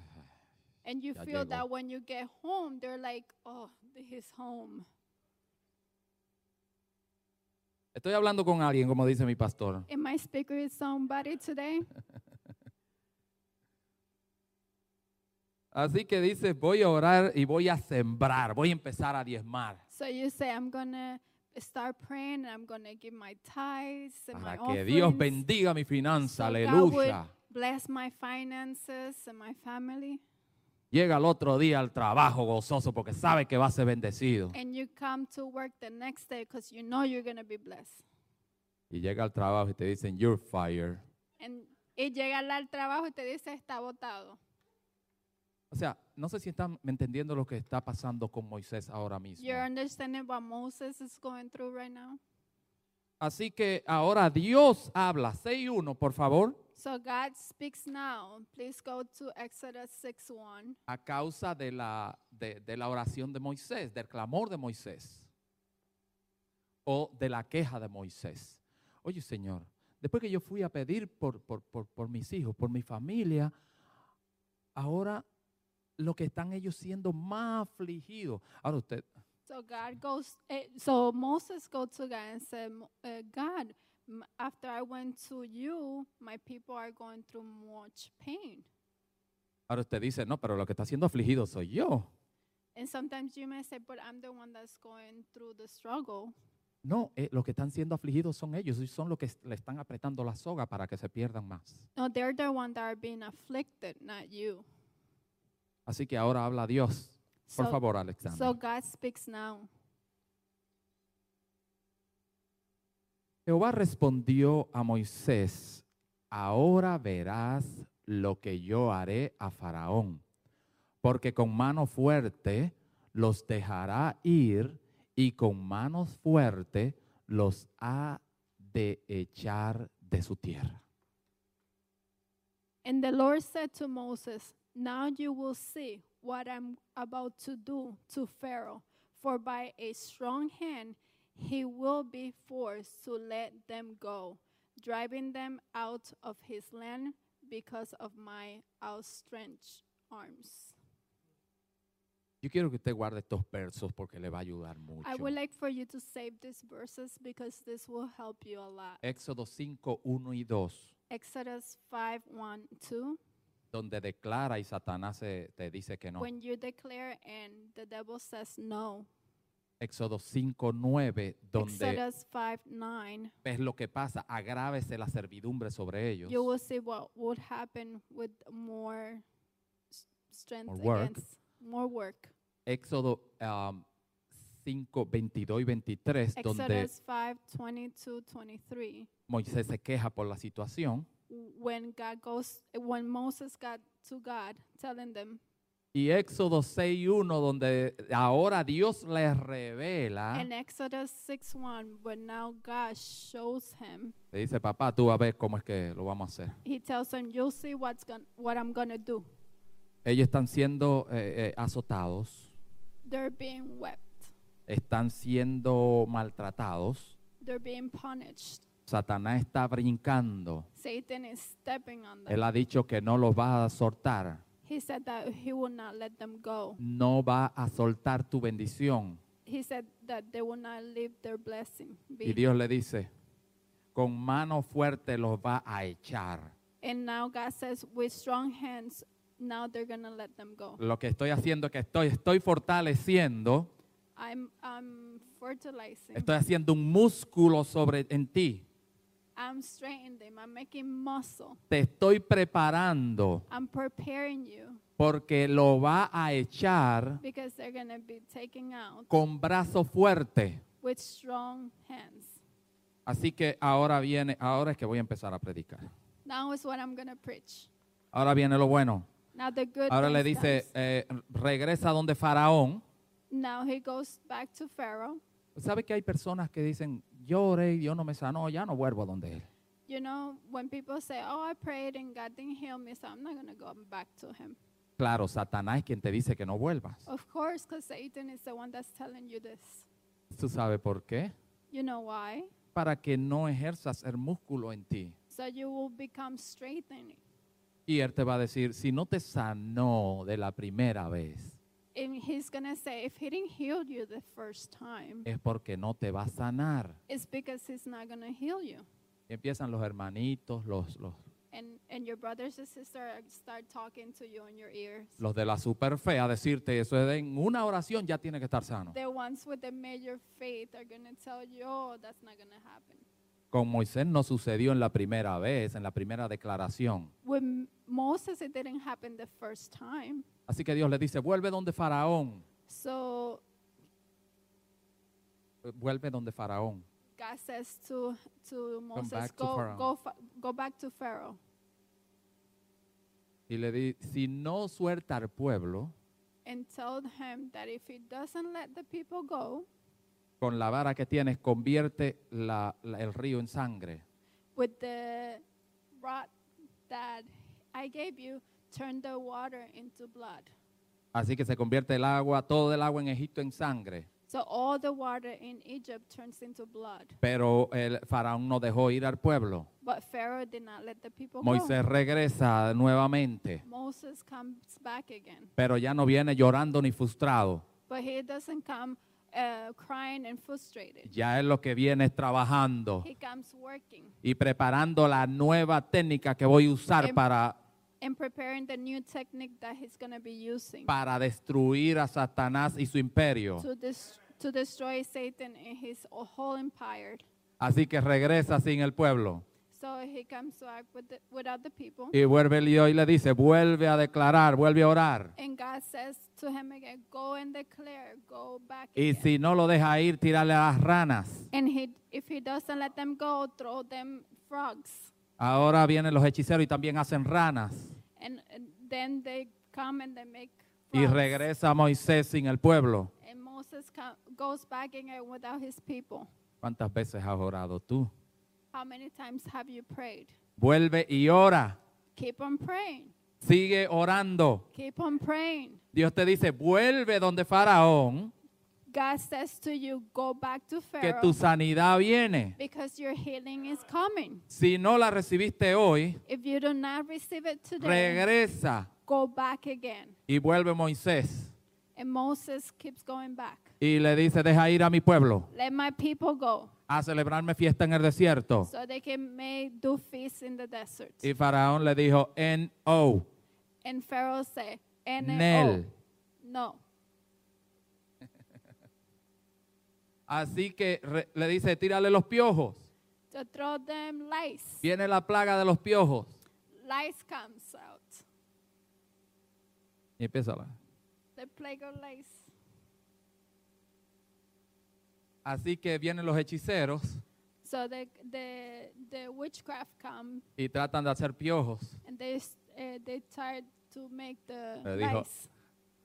S3: And you
S2: Ya
S3: feel
S2: llegó.
S3: that when you get home, they're like, oh, he's home.
S2: estoy hablando con alguien, como dice mi pastor.
S3: Am I speaking with somebody today?
S2: Así que dices, voy a orar y voy a sembrar, voy a empezar a diezmar.
S3: So you say, I'm going to start praying and I'm going to give my tithes and
S2: Para
S3: my
S2: que Dios
S3: offerings.
S2: bendiga mi finanza,
S3: So God would
S2: aleluya.
S3: Bless my finances and my family.
S2: Llega al otro día al trabajo gozoso porque sabe que va a ser bendecido.
S3: And you come to work the next day because you know you're going to be blessed.
S2: y llega al trabajo y te dicen, you're fired.
S3: En- y llega al trabajo y te dice está votado.
S2: O sea, no sé si están me entendiendo lo que está pasando con Moisés ahora mismo.
S3: You're understanding what Moses is going through right now.
S2: Así que ahora Dios habla. 6.1, por favor.
S3: So God speaks now. Please go to Exodus 6 1.
S2: A causa de la, de, de la oración de Moisés, del clamor de Moisés. O de la queja de Moisés. Oye, Señor, después que yo fui a pedir por, por, por, por mis hijos, por mi familia, ahora lo que están ellos siendo más afligidos. Ahora usted,
S3: So God goes. eh, So Moses goes to God and said, "Mo- uh, "God, m- after I went to you, my people are going through much pain."
S2: ahora usted dice, no, pero lo que está siendo afligido soy yo.
S3: And sometimes you may say, "But I'm the one that's going through the struggle."
S2: No, eh, los que están siendo afligidos son ellos y son los que est- le están apretando la soga para que se pierdan más.
S3: No, they're the one that are being afflicted, not you.
S2: Así que ahora habla Dios. Por
S3: So-
S2: favor, Alexander.
S3: So God speaks now.
S2: Jehová respondió a Moisés, ahora verás lo que yo haré a Faraón, porque con mano fuerte los dejará ir y con manos fuerte los ha de echar de su tierra.
S3: And the Lord said to Moses, Now you will see what I'm about to do to Pharaoh, for by a strong hand he will be forced to let them go, driving them out of his land because of my outstretched arms.
S2: Yo quiero que usted guarde estos versos porque le va a ayudar mucho.
S3: I would like for you to save these verses because this will help you a lot.
S2: Éxodo 5, 1 y 2.
S3: Exodus 5 1 2.
S2: donde declara y Satanás se- te dice que no.
S3: When you declare and the devil says no.
S2: Éxodo 5.9, donde
S3: Exodus 5 9.
S2: ves lo que pasa, agrávese la servidumbre sobre ellos.
S3: you will see what would happen with more s- strength
S2: More work.
S3: against more work.
S2: Éxodo 5, 22 y 23, donde
S3: Exodus 5 22 23.
S2: Moisés se queja por la situación.
S3: When God goes, when Moses got to God, telling them,
S2: Y Éxodo 6.1, donde ahora Dios les revela,
S3: and Exodus 6 1, but now God shows him,
S2: le dice, papá, tú a ver cómo es que lo vamos a hacer.
S3: he tells him, You'll see what's going what I'm gonna do.
S2: Ellos están siendo eh, eh, azotados,
S3: They're being wept,
S2: están siendo maltratados.
S3: they're being punished.
S2: Satanás está brincando.
S3: Satan is stepping on them.
S2: Él ha dicho que no los va a soltar.
S3: He said that he will not let them go.
S2: No va a soltar tu bendición.
S3: he said that they will not leave their blessing.
S2: Y
S3: Be.
S2: Dios le dice, con mano fuerte los va a echar.
S3: And now God says, with strong hands, now they're gonna let them go.
S2: Lo que estoy haciendo es que estoy, estoy fortaleciendo,
S3: I'm I'm fertilizing.
S2: estoy haciendo un músculo sobre en ti.
S3: I'm strengthening them. I'm making muscle.
S2: Te estoy preparando
S3: I'm preparing you
S2: porque lo va a echar
S3: because they're gonna be taken out
S2: con brazo fuerte.
S3: with strong hands.
S2: Así que ahora viene, ahora es que voy a empezar a predicar.
S3: Now is what I'm gonna preach.
S2: Ahora viene lo bueno.
S3: Now the good.
S2: Ahora le
S3: things
S2: dice,
S3: comes.
S2: eh, regresa donde Faraón.
S3: Now he goes back to Pharaoh.
S2: ¿Sabe que hay personas que dicen, yo oré y Dios no me sanó, ya no vuelvo a donde él?
S3: You know, when people say, "Oh, I prayed and God didn't heal me, so I'm not gonna go back to him."
S2: Claro, Satanás es quien te dice que no vuelvas.
S3: Of course, because Satan is the one that's telling you this.
S2: ¿Tú sabes por qué?
S3: You know why?
S2: Para que no ejerzas el músculo en ti.
S3: So you will become strengthened.
S2: Y él te va a decir, si no te sanó de la primera vez,
S3: And he's going to say, if he didn't heal you the first time,
S2: es porque no te va a sanar.
S3: it's because he's not going to heal you.
S2: Y empiezan los hermanitos, los, los,
S3: And, and your brothers and sisters are- start talking to you in your ears.
S2: los de la super fe a decirte eso. es de, En una oración ya tiene que estar sano.
S3: The ones with the major faith are going to tell you, oh, that's not going to happen.
S2: Con Moisés no sucedió en la primera vez, en la primera declaración.
S3: With M- Moses, it didn't happen the first time.
S2: Así que Dios le dice, vuelve donde Faraón,
S3: So
S2: eh, vuelve donde Faraón.
S3: God says to, to Moses,
S2: back to
S3: go,
S2: Pharaoh."
S3: go, fa- go back to Pharaoh.
S2: Y le di, si no suelta al pueblo,
S3: and told him that if he doesn't let the people go
S2: con la vara que tienes, convierte la- la- el río en sangre.
S3: with the rod that I gave you, turn the water into blood.
S2: Así que se convierte el agua, todo el agua en Egipto en sangre.
S3: So all the water in Egypt turns into blood.
S2: Pero el faraón no dejó ir al pueblo.
S3: But Pharaoh did not let the people go.
S2: Moisés regresa nuevamente,
S3: Moses comes back again,
S2: pero ya no viene llorando ni frustrado.
S3: but he doesn't come uh, crying and frustrated.
S2: Ya es lo que viene es trabajando
S3: He comes working
S2: y preparando la nueva técnica que voy a usar
S3: Em-
S2: para,
S3: and preparing the new technique that he's going to be using
S2: para destruir a Satanás y su imperio.
S3: to, dis- to destroy Satan and his whole empire.
S2: Así que regresa sin el pueblo.
S3: So he comes back with the, without the people.
S2: Y vuelve el Dios y le dice, vuelve a declarar, vuelve a orar.
S3: and God says to him again, Go and declare, go back.
S2: Y
S3: again."
S2: si no lo deja ir, tírale a las ranas.
S3: and he, if he doesn't let them go, throw them frogs.
S2: Ahora vienen los hechiceros y también hacen ranas.
S3: And, and then they come and they make
S2: Y
S3: frogs.
S2: regresa Moisés sin el pueblo.
S3: And Moses co- goes back again without his people.
S2: ¿Cuántas veces has orado tú?
S3: How many times have you prayed?
S2: Vuelve y ora.
S3: Keep on praying.
S2: Sigue orando.
S3: Keep on praying.
S2: Dios te dice, vuelve donde Faraón,
S3: God says to you, Go back to
S2: que
S3: Pharaoh
S2: tu sanidad viene.
S3: because your healing is coming.
S2: Si no la recibiste hoy,
S3: If you do not receive it today,
S2: regresa
S3: go back again.
S2: y vuelve Moisés.
S3: And Moses keeps going back.
S2: Y le dice, deja ir a mi pueblo
S3: Let my people go
S2: a celebrarme fiesta en el desierto.
S3: so they can make do feasts in the desert.
S2: Y Faraón le dijo, no,
S3: and Pharaoh said,
S2: Nel.
S3: No.
S2: Así que re- le dice, tírale los piojos.
S3: To throw them lice.
S2: Viene la plaga de los piojos.
S3: Lice comes out.
S2: Y empieza la-
S3: The plague of lice.
S2: Así que vienen los hechiceros
S3: So the, the, the witchcraft come
S2: y tratan de hacer piojos.
S3: and they, s- uh, they tried to make the
S2: Le dijo,
S3: lice.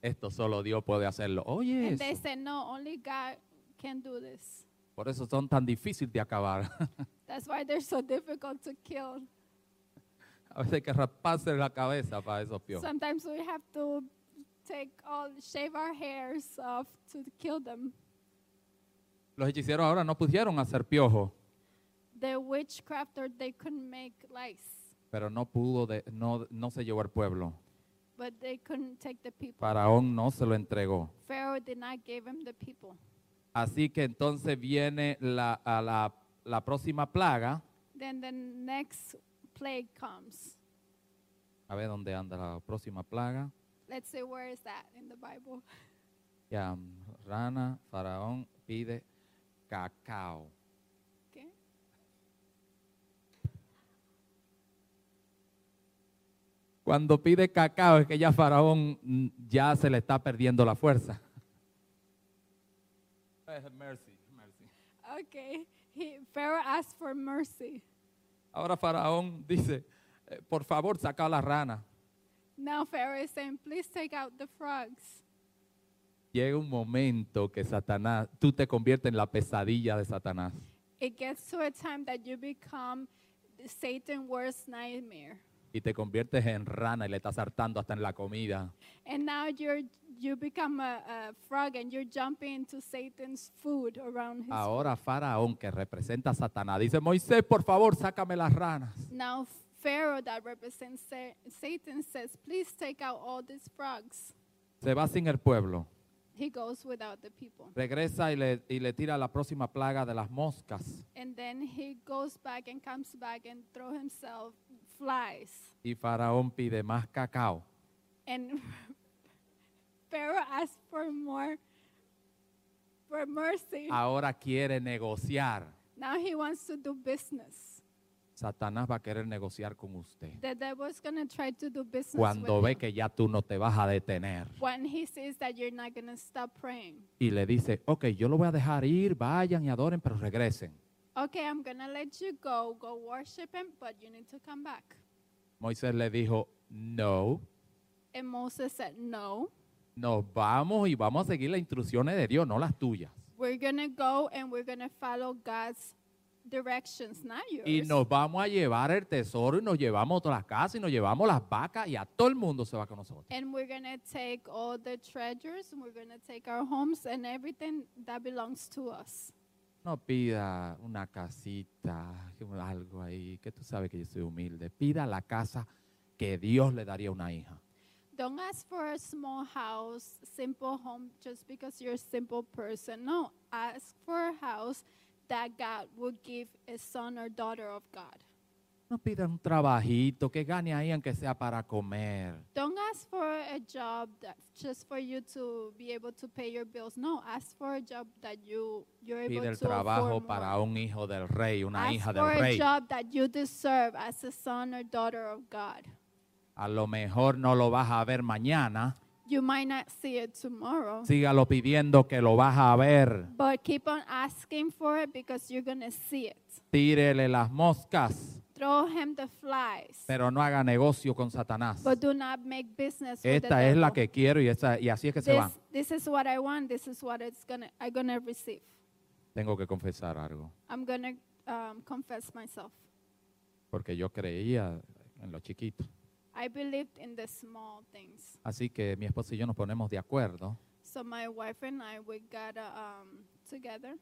S2: Esto solo Dios puede hacerlo. Oye,
S3: And they
S2: eso.
S3: said, no, only God can do this.
S2: por eso son tan difíciles de acabar.
S3: That's why they're so difficult to kill.
S2: A veces hay que rasparse la cabeza para esos piojos.
S3: Sometimes we have to take all shave our hairs off to kill them.
S2: Los hechiceros ahora no pudieron hacer piojos,
S3: The witchcraft or they couldn't make lice,
S2: pero no pudo, de- no, no se llevó al pueblo.
S3: but they couldn't take the people.
S2: Faraón no se lo entregó.
S3: Pharaoh did not give him the people.
S2: Así que entonces viene la, a la- la próxima plaga.
S3: Then the next plague comes.
S2: A ver dónde anda la próxima plaga.
S3: Let's see where is that in the Bible?
S2: Ya, mm, rana, faraón pide cacao.
S3: Okay.
S2: Cuando pide cacao es que ya faraón mm, ya se le está perdiendo la fuerza. Mercy, mercy.
S3: Okay. He, Pharaoh asked for mercy.
S2: Ahora faraón dice, eh, por favor, saca a la rana.
S3: Now Pharaoh is saying, please take out the frogs.
S2: Llega un momento que Satanás, tú te conviertes en la pesadilla de Satanás.
S3: It gets to a time that you become Satan's worst nightmare.
S2: Y te conviertes en rana y le estás hartando hasta en la comida.
S3: And now you're you become a, a frog and you're jumping into Satan's food around his.
S2: Ahora Faraón, que representa a Satanás, dice, Moisés, por favor, sácame las ranas.
S3: Now Pharaoh that represents Sa- Satan says, "Please take out all these frogs."
S2: Se va sin el pueblo.
S3: He goes without the people,
S2: Regresa y le, y le tira la próxima plaga de las moscas.
S3: and then he goes back and comes back and throw himself flies.
S2: Y Faraón pide más cacao.
S3: And Pharaoh asks for more, for mercy.
S2: Ahora quiere negociar.
S3: Now he wants to do business.
S2: Satanás va a querer negociar con usted.
S3: The devil's gonna try to do business.
S2: Cuando
S3: with
S2: ve
S3: you.
S2: que ya tú no te vas a detener.
S3: when he says that you're not going to stop praying
S2: Y le dice, ok, yo lo voy a dejar ir, vayan y adoren, pero regresen.
S3: Okay, I'm going to let you go. Go worship him, but you need to come back.
S2: Moisés le dijo, no,
S3: And Moses said, No,
S2: nos vamos y vamos a seguir las instrucciones de Dios, no las tuyas.
S3: we're going to go and we're going to follow God's directions, not yours.
S2: Y nos vamos a llevar el tesoro y nos llevamos todas las casas y nos llevamos las vacas y a todo el mundo se va con nosotros.
S3: And we're going to take all the treasures and we're going to take our homes and everything that belongs to us.
S2: No pida una casita, algo ahí, que tú sabes que yo soy humilde. Pida la casa que Dios le daría a una hija.
S3: Don't ask for a small house, simple home, just because you're a simple person. No, ask for a house that God would give a son or daughter of God.
S2: No pida un trabajito, que gane ahí aunque sea para comer.
S3: Don't ask for a job that just for you to be able to pay your bills. No, ask for a job that you you're able
S2: Pide el
S3: to
S2: trabajo
S3: afford
S2: para
S3: more.
S2: un hijo del rey, una
S3: Ask
S2: hija
S3: for
S2: del
S3: a
S2: rey.
S3: job that you deserve as a son or daughter of God.
S2: A lo mejor no lo vas a ver mañana.
S3: You might not see it tomorrow,
S2: Sígalo pidiendo que lo vas a ver.
S3: but keep on asking for it because you're gonna see it.
S2: Tírele las moscas,
S3: Throw him the flies,
S2: pero no haga negocio con Satanás.
S3: but do not make business with the
S2: Esta es la
S3: devil.
S2: que quiero y, esa- y así es que se van.
S3: this, this is what I want. This is what it's gonna I'm gonna receive.
S2: Tengo que confesar algo.
S3: I'm gonna um, confess myself.
S2: porque yo creía en lo chiquito.
S3: I believed in the small things.
S2: Así que mi esposo y yo nos ponemos de acuerdo.
S3: So my wife and I we got uh, um, together.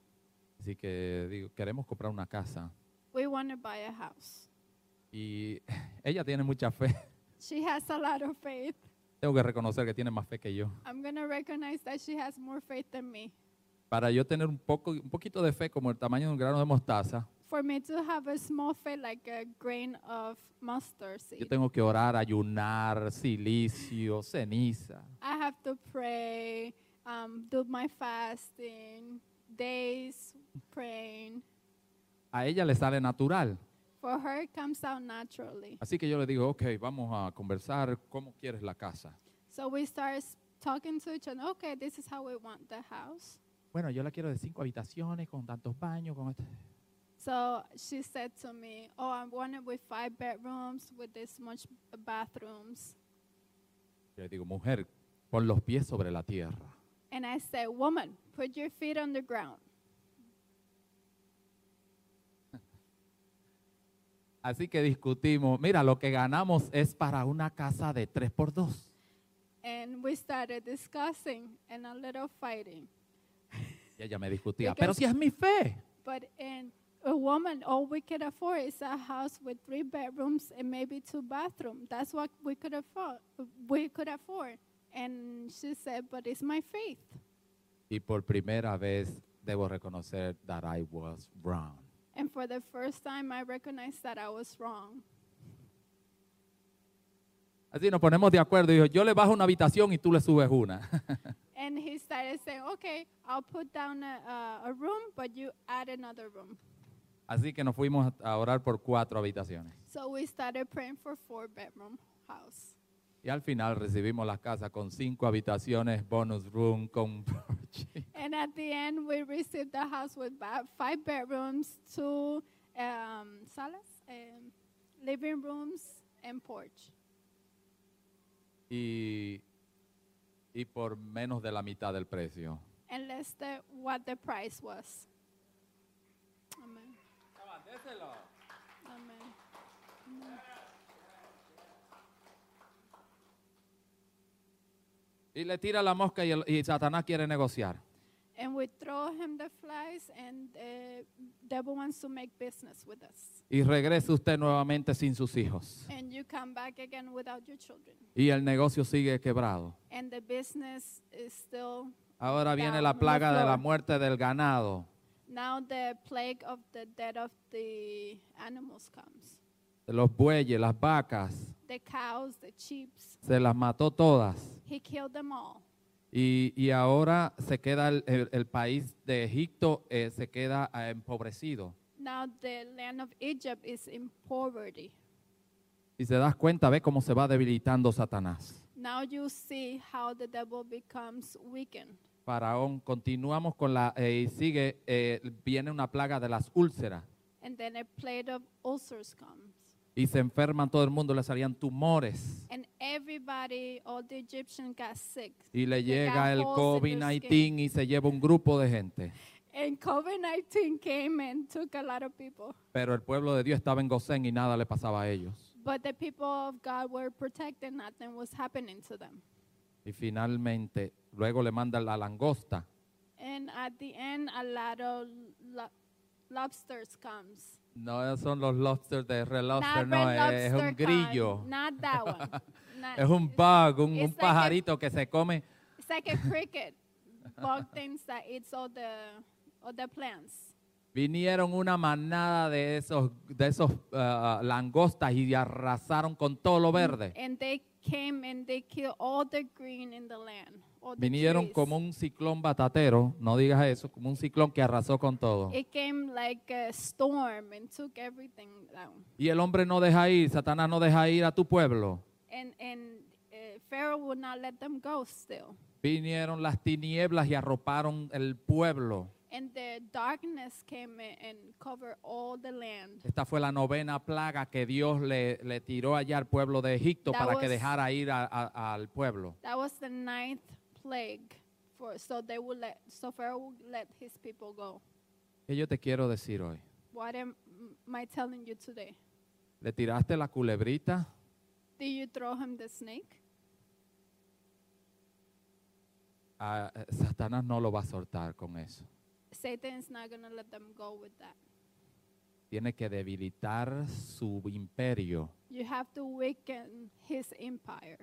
S2: Así que digo, queremos comprar una casa.
S3: We want to buy a house.
S2: Y ella tiene mucha fe.
S3: She has a lot of faith.
S2: Tengo que reconocer que tiene más fe que yo.
S3: I'm gonna recognize that she has more faith than me.
S2: Para yo tener un, poco, un poquito de fe como el tamaño de un grano de mostaza,
S3: For me to have a small faith like a grain of mustard
S2: yo
S3: seed,
S2: tengo que orar, ayunar, silicio, ceniza.
S3: I have to pray, um, do my fasting, days praying.
S2: A ella le sale natural.
S3: For her, it comes out naturally.
S2: Así que yo le digo, ok, vamos a conversar, ¿cómo quieres la casa?
S3: So we start s- talking to each other. Okay, this is how we want the house.
S2: Bueno, yo la quiero de cinco habitaciones, con tantos baños, con... esto".
S3: So she said to me, "Oh, I want it with five bedrooms with this much bathrooms."
S2: Yo le digo, mujer, pon los pies sobre la tierra.
S3: And I said, "Woman, put your feet on the ground."
S2: Así que discutimos, mira, lo que ganamos es para una casa de 3x2.
S3: And we started discussing and a little fighting.
S2: Y ella me discutía,
S3: Porque-
S2: pero si es mi fe.
S3: But in a woman, all we could afford is a house with three bedrooms and maybe two bathrooms. That's what we could afford. We could afford. And she said, "But it's my faith."
S2: Y por primera vez debo reconocer that I was wrong.
S3: And for the first time, I recognized that I was wrong.
S2: Así nos ponemos de acuerdo. Dijo, yo le bajo una habitación y tú le subes una.
S3: And he started saying, okay, I'll put down a, a, a room, but you add another room.
S2: Así que nos fuimos a orar por cuatro habitaciones.
S3: So we started praying for four bedroom house.
S2: Y al final recibimos la casa con cinco habitaciones, bonus room, con...
S3: And at the end, we received the house with ba- five bedrooms, two um, salas, um, living rooms, and porch.
S2: y, y por menos de la mitad del precio.
S3: And that's the, what the price was. Amen. Amen.
S2: Y le tira la mosca y, el- y Satanás quiere negociar.
S3: And we throw him the flies, and the devil wants to make business with us.
S2: Y regresa usted nuevamente sin sus hijos.
S3: And you come back again without your children.
S2: Y el negocio sigue quebrado.
S3: And the business is still
S2: Ahora viene la
S3: Down on the
S2: plaga de la
S3: floor.
S2: muerte del ganado.
S3: now the plague of the death of the animals comes.
S2: De los bueyes, las vacas.
S3: The cows, the sheeps,
S2: Se las mató todas.
S3: he killed them all.
S2: Y, y ahora se queda el, el- el país de Egipto, eh, se queda eh, empobrecido.
S3: Now the land of Egypt is in poverty.
S2: Y se das cuenta, ve cómo se va debilitando Satanás.
S3: Now you see how the devil becomes weakened.
S2: Faraón. Continuamos con la, eh, y sigue, eh, viene una plaga de las úlceras
S3: and then a plague of ulcers comes.
S2: y se enferman todo el mundo, le salían tumores
S3: And everybody, all the Egyptians got sick.
S2: y le
S3: They
S2: llega
S3: got
S2: el
S3: holes in their skin.
S2: COVID-19 y se lleva un grupo de gente.
S3: And COVID 19 came and took a lot of people.
S2: Pero el pueblo de Dios estaba en Gosén y nada le pasaba a ellos.
S3: But the people of God were protected, nothing was happening to them.
S2: Y finalmente, luego le mandan la langosta
S3: And at the end, a lot of lo- lobsters comes.
S2: No son los lobsters de red lobster,
S3: Not
S2: no, eh,
S3: red
S2: es, es
S3: lobster
S2: un grillo.
S3: kind, Not that one. Not-
S2: es un bug, un, un
S3: It's like a-
S2: pajarito que se come.
S3: It's like a cricket, bug things that eats all the all the plants.
S2: Vinieron una manada de esos, de esos ah, langostas y arrasaron con todo lo verde.
S3: And they came and they killed all the green in the land. all the
S2: Vinieron
S3: trees.
S2: como un ciclón batatero, no digas eso, como un ciclón que arrasó con todo.
S3: It came like a storm and took everything down.
S2: Y el hombre no deja ir, Satanás no deja ir a tu pueblo.
S3: And and uh, Pharaoh would not let them go still.
S2: Vinieron las tinieblas y arroparon el pueblo.
S3: And the darkness came a- and covered all the land.
S2: Esta fue la novena plaga que Dios le, le tiró allá al pueblo de Egipto
S3: That
S2: para que
S3: was-
S2: dejara ir a- a- al pueblo.
S3: That was the ninth plague. For so they would let so Pharaoh would let his people go.
S2: Que yo te quiero decir hoy.
S3: What am am I telling you today?
S2: Le tiraste la culebrita,
S3: Did you throw him the snake?
S2: a- eh, Satanás no lo va a soltar con eso.
S3: Satan is not gonna let them go with that.
S2: Tiene que debilitar su imperio.
S3: You have to weaken his empire.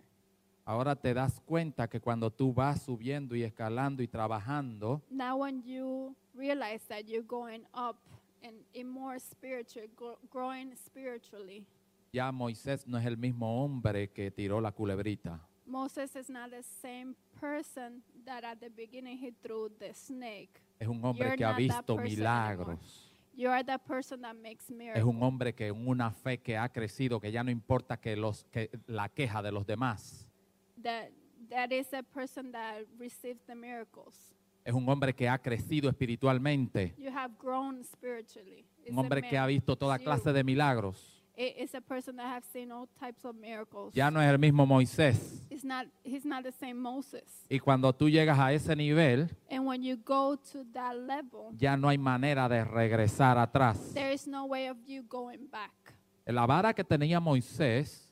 S2: Ahora te das cuenta que cuando tú vas subiendo y escalando y trabajando,
S3: Now, when you realize that you're going up and in more spiritual, gro- growing spiritually,
S2: ya Moisés no es el mismo hombre que tiró la culebrita.
S3: Moses is not the same person that at the beginning he threw the snake.
S2: Es un hombre
S3: You're
S2: que ha
S3: not that
S2: visto
S3: person
S2: milagros.
S3: You are the person that makes
S2: Es un
S3: miracles.
S2: hombre que en una fe que ha crecido, que ya no importa que los que la queja de los demás.
S3: That that is a person that received the miracles.
S2: Es un hombre que ha crecido espiritualmente.
S3: You have grown spiritually. It's
S2: Un
S3: a
S2: hombre que
S3: man.
S2: ha visto toda
S3: It's you.
S2: clase de milagros.
S3: It is a person that have seen all types of miracles.
S2: Ya no es el mismo Moisés.
S3: It's not. He's not the same Moses.
S2: Y cuando tú llegas a ese nivel,
S3: And when you go to that level,
S2: ya no hay manera de regresar atrás.
S3: there is no way of you going back.
S2: La vara que tenía Moisés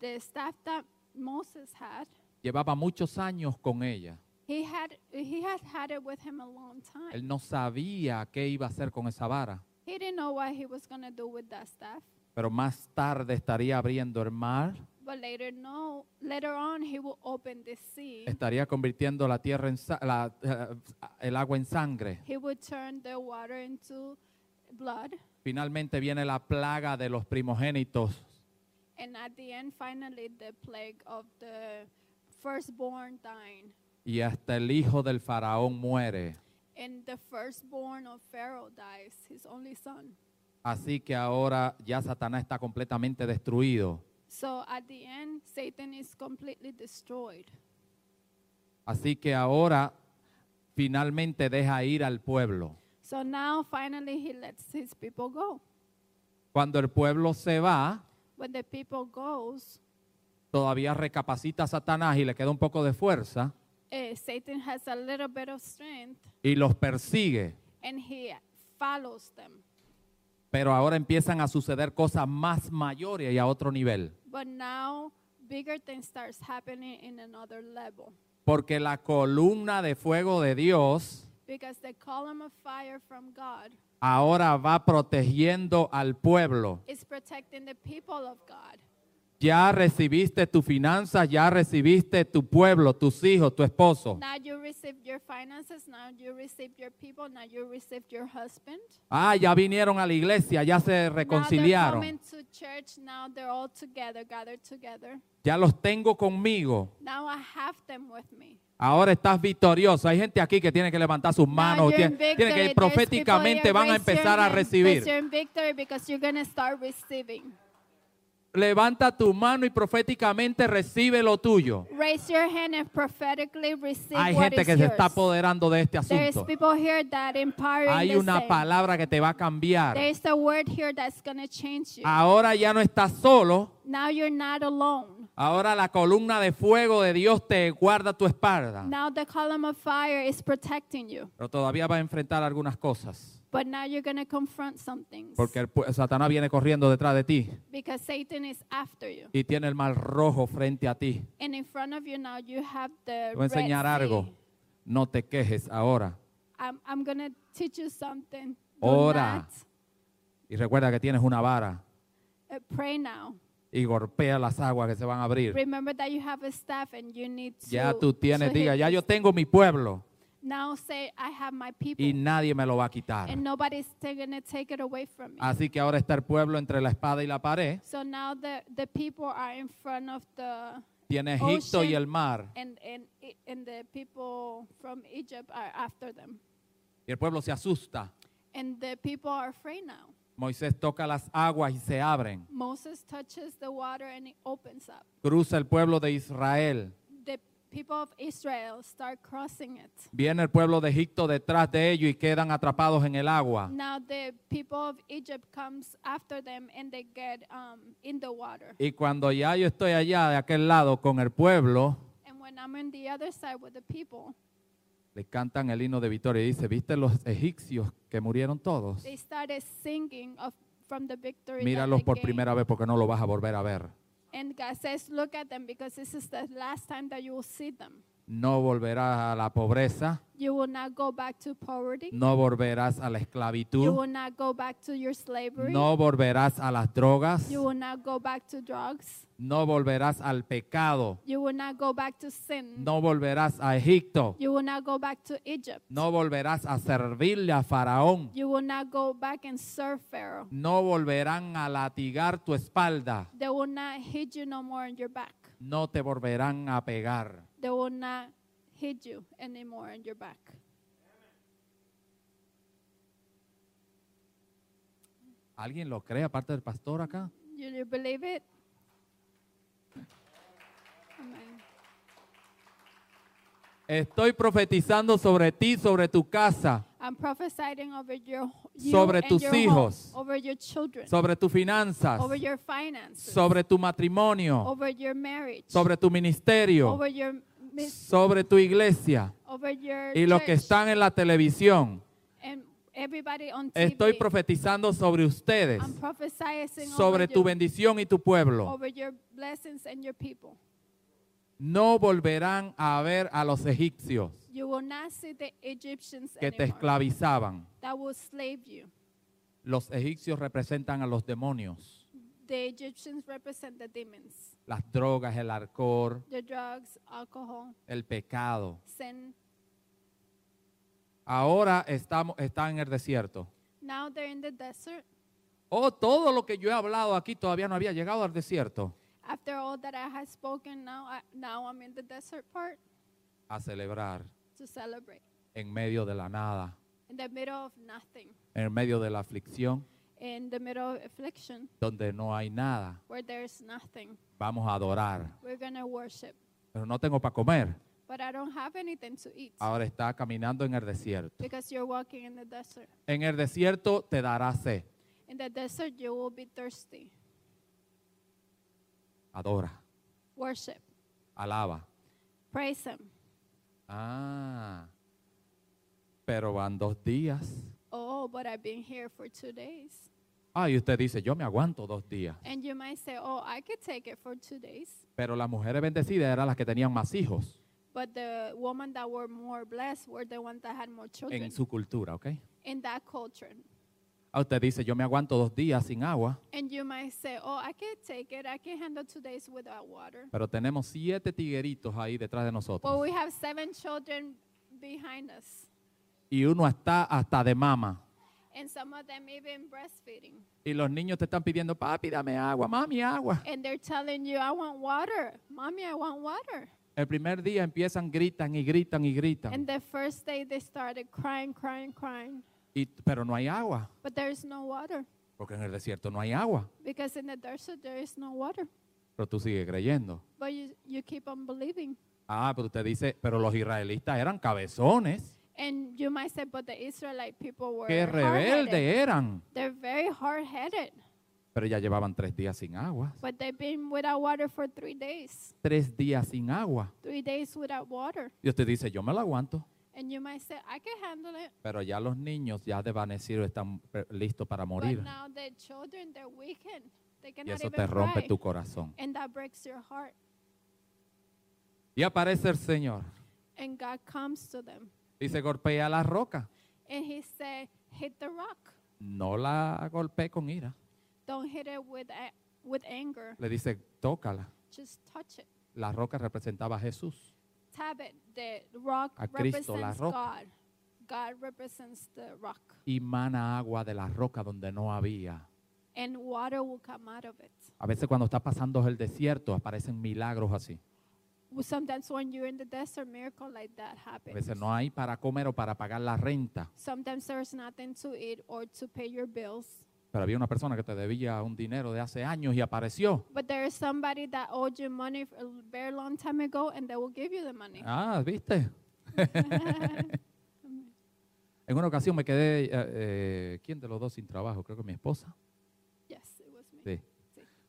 S3: The staff that Moses had,
S2: llevaba muchos años con ella.
S3: he had he had had it with him a long time.
S2: Él no sabía qué iba a hacer con esa vara.
S3: He didn't know what he was gonna do with that staff.
S2: Pero más tarde estaría abriendo el mar,
S3: But later, no, later on, he will open the sea.
S2: estaría convirtiendo la tierra en sa- la, eh, el agua en sangre.
S3: He would turn the water into blood,
S2: Finalmente viene la plaga de los primogénitos.
S3: and at the end, finally, the plague of the firstborn dying,
S2: Y hasta el hijo del faraón muere.
S3: and the firstborn of Pharaoh dies, his only son.
S2: Así que ahora ya Satanás está completamente destruido.
S3: So at the end, Satan is completely destroyed.
S2: Así que ahora finalmente deja ir al pueblo.
S3: So now finally he lets his people go.
S2: Cuando el pueblo se va,
S3: When the people goes,
S2: todavía recapacita Satanás y le queda un poco de fuerza
S3: eh, Satan has a little bit of strength
S2: y los persigue.
S3: and he follows them.
S2: Pero ahora empiezan a suceder cosas más mayores y a otro nivel.
S3: But now bigger things starts happening in another level
S2: Porque la columna de fuego de Dios
S3: because the column of fire from God
S2: ahora va protegiendo al pueblo.
S3: is protecting the people of God.
S2: Ya recibiste tu finanzas, ya recibiste tu pueblo, tus hijos, tu esposo.
S3: Now you received your finances, now you received your people, now you received your husband.
S2: Ah, ya vinieron a la iglesia, ya se
S3: Now they're coming
S2: reconciliaron.
S3: to church. Now they're all together, gathered together.
S2: Ya los tengo conmigo.
S3: Now I have them with me.
S2: Ahora estás victorioso. Hay gente aquí que tiene que levantar sus manos,
S3: Now you're
S2: tiene,
S3: in victory.
S2: tiene que
S3: There's
S2: ir proféticamente
S3: people here.
S2: van a
S3: Raise your
S2: empezar a
S3: hand. Raise
S2: recibir.
S3: your victory because you're gonna start receiving.
S2: Levanta tu mano y proféticamente recibe lo tuyo.
S3: Raise your hand and prophetically receive
S2: Hay
S3: what
S2: gente
S3: is
S2: que se
S3: yours.
S2: está apoderando de este
S3: There's
S2: asunto.
S3: people here that empowering
S2: Hay
S3: the
S2: una
S3: same.
S2: palabra que te va a cambiar.
S3: There's a word here that's going to change you.
S2: Ahora ya no estás solo.
S3: now you're not alone.
S2: Ahora la columna de fuego de Dios te guarda tu espalda.
S3: Now the column of fire is protecting you.
S2: Pero todavía vas a enfrentar algunas cosas.
S3: But now you're going to confront some things.
S2: Porque el pu- Satanás viene corriendo detrás de ti
S3: because Satan is after you.
S2: y tiene el mal rojo frente a ti.
S3: And in front of you now you have the
S2: Te voy a
S3: Red
S2: enseñar algo.
S3: Sea.
S2: No te quejes ahora.
S3: I'm, I'm going to teach you something. Do
S2: Ora.
S3: not,
S2: Y recuerda que tienes una vara
S3: uh, pray now.
S2: y golpea las aguas que se van a abrir.
S3: Remember that you have a staff and you need to.
S2: Ya tú tienes,
S3: to hit
S2: diga, ya
S3: this.
S2: yo tengo mi pueblo
S3: Now say, I have my
S2: y
S3: people.
S2: nadie me lo va a quitar.
S3: And nobody's going to take it away from me.
S2: Así que ahora está el pueblo entre la espada y la pared.
S3: So now the, the people are in front of the.
S2: Tiene Egipto y
S3: Ocean.
S2: el mar.
S3: And, and, E- and the people from Egypt are after them.
S2: Y el pueblo se asusta.
S3: And the people are afraid now.
S2: Moisés toca las aguas y se abren.
S3: Moses touches the water and it opens up.
S2: Cruza el pueblo de Israel.
S3: The people of Israel start crossing it.
S2: Viene el pueblo de Egipto detrás de ellos y quedan atrapados en el agua.
S3: Now the people of Egypt comes after them and they get um, in the water.
S2: Y cuando ya yo estoy allá de aquel lado con el pueblo,
S3: And when I'm on the other side with the people,
S2: le cantan el himno de victoria y dice, ¿viste los egipcios que murieron todos?
S3: they started singing of from the victory. that
S2: Míralos
S3: they
S2: por
S3: gained.
S2: primera vez porque no lo vas a volver a ver.
S3: And God says, look at them because this is the last time that you will see them.
S2: No volverás a la pobreza,
S3: You will not go back to poverty.
S2: no volverás a la
S3: You
S2: esclavitud,
S3: will not go back to your slavery.
S2: no volverás a las drogas,
S3: You will not go back to drugs.
S2: no volverás al pecado,
S3: You will not go back to sin.
S2: no volverás a Egipto,
S3: You will not go back to Egypt.
S2: no volverás a servirle a Faraón,
S3: You will not go back and serve Pharaoh.
S2: no volverán a latigar tu espalda,
S3: They will not hit you no more on your back.
S2: no te volverán a pegar.
S3: They will not hit you anymore on your back.
S2: ¿Alguien lo cree aparte del pastor acá?
S3: You, you believe it? Amen.
S2: Estoy profetizando sobre ti, sobre tu casa,
S3: I'm prophesying over your you
S2: Sobre
S3: and
S2: tus
S3: your
S2: hijos.
S3: home, over your children,
S2: sobre tus finanzas,
S3: over your finances,
S2: sobre tu matrimonio,
S3: over your marriage,
S2: sobre tu ministerio,
S3: over your mis-
S2: sobre tu iglesia
S3: over your
S2: y los que
S3: church.
S2: están en la televisión.
S3: And everybody on TV.
S2: Estoy profetizando sobre ustedes,
S3: I'm prophesying
S2: sobre
S3: over,
S2: tu
S3: you,
S2: bendición y tu pueblo.
S3: over your blessings and your people.
S2: No volverán a ver a los egipcios
S3: You will not see the Egyptians
S2: que te
S3: anymore
S2: esclavizaban.
S3: that will slave you.
S2: Los egipcios representan a los demonios,
S3: The Egyptians represent the demons,
S2: las drogas, el alcohol,
S3: the drugs, alcohol,
S2: el pecado.
S3: sin.
S2: Ahora estamos, están en el desierto.
S3: Now they're in the desert.
S2: Oh, todo lo que yo he hablado aquí todavía no había llegado al desierto.
S3: After all that I had spoken, now I, now I'm in the desert part
S2: A celebrar
S3: to celebrate
S2: en medio de la nada,
S3: in the middle of nothing,
S2: en medio de la aflicción,
S3: in the middle of affliction
S2: donde no hay nada.
S3: where there's nothing.
S2: Vamos a adorar.
S3: We're gonna worship,
S2: Pero no tengo para comer.
S3: but I don't have anything to eat
S2: Ahora está caminando en el desierto.
S3: because you're walking in the desert.
S2: En el desierto te dará sed.
S3: In the desert, you will be thirsty.
S2: Adora,
S3: Worship,
S2: alaba.
S3: praise Him.
S2: Ah, pero van dos días.
S3: Oh, but I've been here for two days.
S2: Ay, usted dice, yo me aguanto dos días.
S3: And you might say, oh, I could take it for two days.
S2: Pero las mujeres bendecidas eran las que tenían más hijos
S3: But the women that were more blessed were the ones that had more children
S2: en su cultura, ¿ok?
S3: in that culture.
S2: Ah, usted dice, yo me aguanto dos días sin agua,
S3: And you might say, oh, I could take it. I can handle two days without water.
S2: pero tenemos siete tigueritos ahí detrás de nosotros.
S3: But we have seven children behind us.
S2: Y uno está hasta de mama.
S3: And some of them even breastfeeding.
S2: Y los niños te están pidiendo, papi, dame agua, mami, agua.
S3: And they're telling you, I want water. Mommy, I want water.
S2: El primer día empiezan, gritan y gritan y gritan.
S3: And the first day they started crying, crying, crying.
S2: Y- pero no hay agua.
S3: But there's no water.
S2: Porque en el desierto no hay agua.
S3: because in the desert there is no water.
S2: Pero tú sigues creyendo.
S3: But you, you keep on believing.
S2: Ah, pero usted dice, pero los israelitas eran cabezones.
S3: And you might say, but the Israelite people were
S2: Qué
S3: hard-headed.
S2: rebelde eran.
S3: They're very hard-headed,
S2: Pero ya llevaban tres días sin agua.
S3: but they've been without water for three days.
S2: Tres días sin agua.
S3: Three days without water.
S2: Y usted dice, yo me lo aguanto.
S3: And you might say, I can handle it.
S2: Pero ya los niños ya desvanecidos están eh, listos para morir.
S3: But now the children, they're weakened.
S2: Y
S3: They cannot
S2: eso
S3: even
S2: te rompe
S3: cry.
S2: tu corazón.
S3: And that breaks your heart.
S2: Y aparece el Señor.
S3: And God comes to them.
S2: Dice, golpea la roca.
S3: And he said, hit the rock.
S2: No la golpeé con ira.
S3: Don't hit it with, a- with anger.
S2: Le dice, tócala.
S3: Just touch it.
S2: La roca representaba a Jesús.
S3: Tab it. The rock
S2: A Cristo, la
S3: represents
S2: roca.
S3: God. God represents the rock.
S2: Y mana agua de la roca donde no había.
S3: And water will come out of it.
S2: A veces cuando está pasando el desierto aparecen milagros así.
S3: Well, Sometimes when you're in the desert, miracle like that
S2: A
S3: happens.
S2: veces no hay para comer o para pagar la renta.
S3: Sometimes there's nothing to eat or to pay your bills.
S2: Pero había una persona que te debía un dinero de hace años y apareció.
S3: But there is somebody that owed you money a very long time ago, and they will give you the money.
S2: Ah, ¿viste? en una ocasión me quedé, eh, eh, ¿quién de los dos sin trabajo? Creo que mi esposa.
S3: Yes, it was me.
S2: Sí.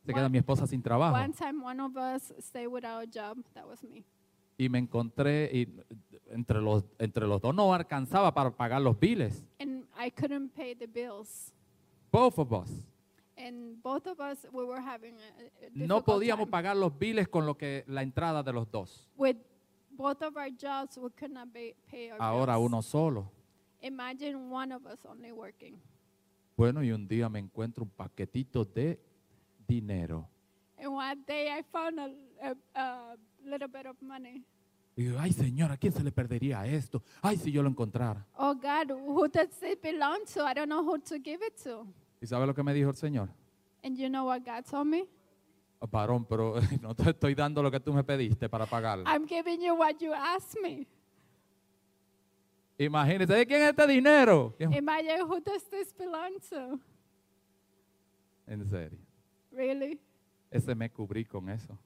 S2: Se queda mi esposa sin trabajo.
S3: One time, one of us stayed without a job. That was me.
S2: y me encontré y eh, entre los entre los dos no alcanzaba para pagar los biles.
S3: And I couldn't pay the bills.
S2: Both of us.
S3: And both of us, we were having a, a
S2: No
S3: difficult
S2: podíamos
S3: time.
S2: pagar los biles con lo que la entrada de los dos.
S3: With both of our jobs, we could not ba- pay our
S2: Ahora
S3: bills.
S2: uno solo.
S3: Imagine one of us only working.
S2: Bueno, y un día me encuentro un paquetito de dinero.
S3: And one day I found a, a, a little bit of money.
S2: Y digo, ay señor, ¿a quién se le perdería esto? Ay, si yo lo encontrara.
S3: Oh God, who does it belong to? I don't know who to give it to.
S2: ¿Y sabe lo que me dijo el señor?
S3: And you know what God told me?
S2: "Ah, Varón, pero no te estoy dando lo que tú me pediste para pagarlo.
S3: I'm giving you what you asked me.
S2: Imagínese, ¿de quién es este dinero?
S3: Imagine who does this belong to?
S2: En serio.
S3: Really?
S2: Ese me cubrí con eso.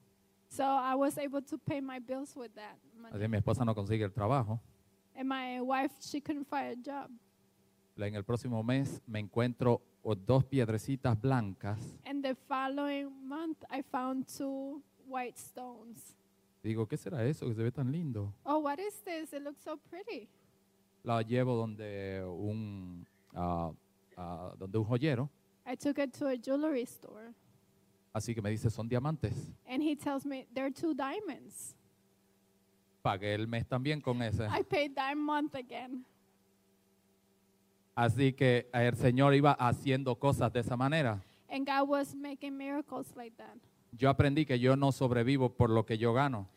S3: So I was able to pay my bills with that money.
S2: Así mi esposa no consigue el trabajo.
S3: And my wife, she couldn't find a job.
S2: En el próximo mes me encuentro o- dos piedrecitas blancas.
S3: And the following month, I found two white stones.
S2: Digo, ¿qué será eso que se ve tan lindo?
S3: Oh, what is this? It looks so pretty.
S2: La llevo donde un, ah, ah, donde un joyero.
S3: I took it to a jewelry store.
S2: Así que me dice, son diamantes.
S3: And he tells me, they're two diamonds.
S2: Pagué el mes también con ese.
S3: I paid that month again.
S2: Así que el Señor iba haciendo cosas de esa manera.
S3: And God was making miracles like that.
S2: Yo aprendí que yo no sobrevivo por lo que yo gano,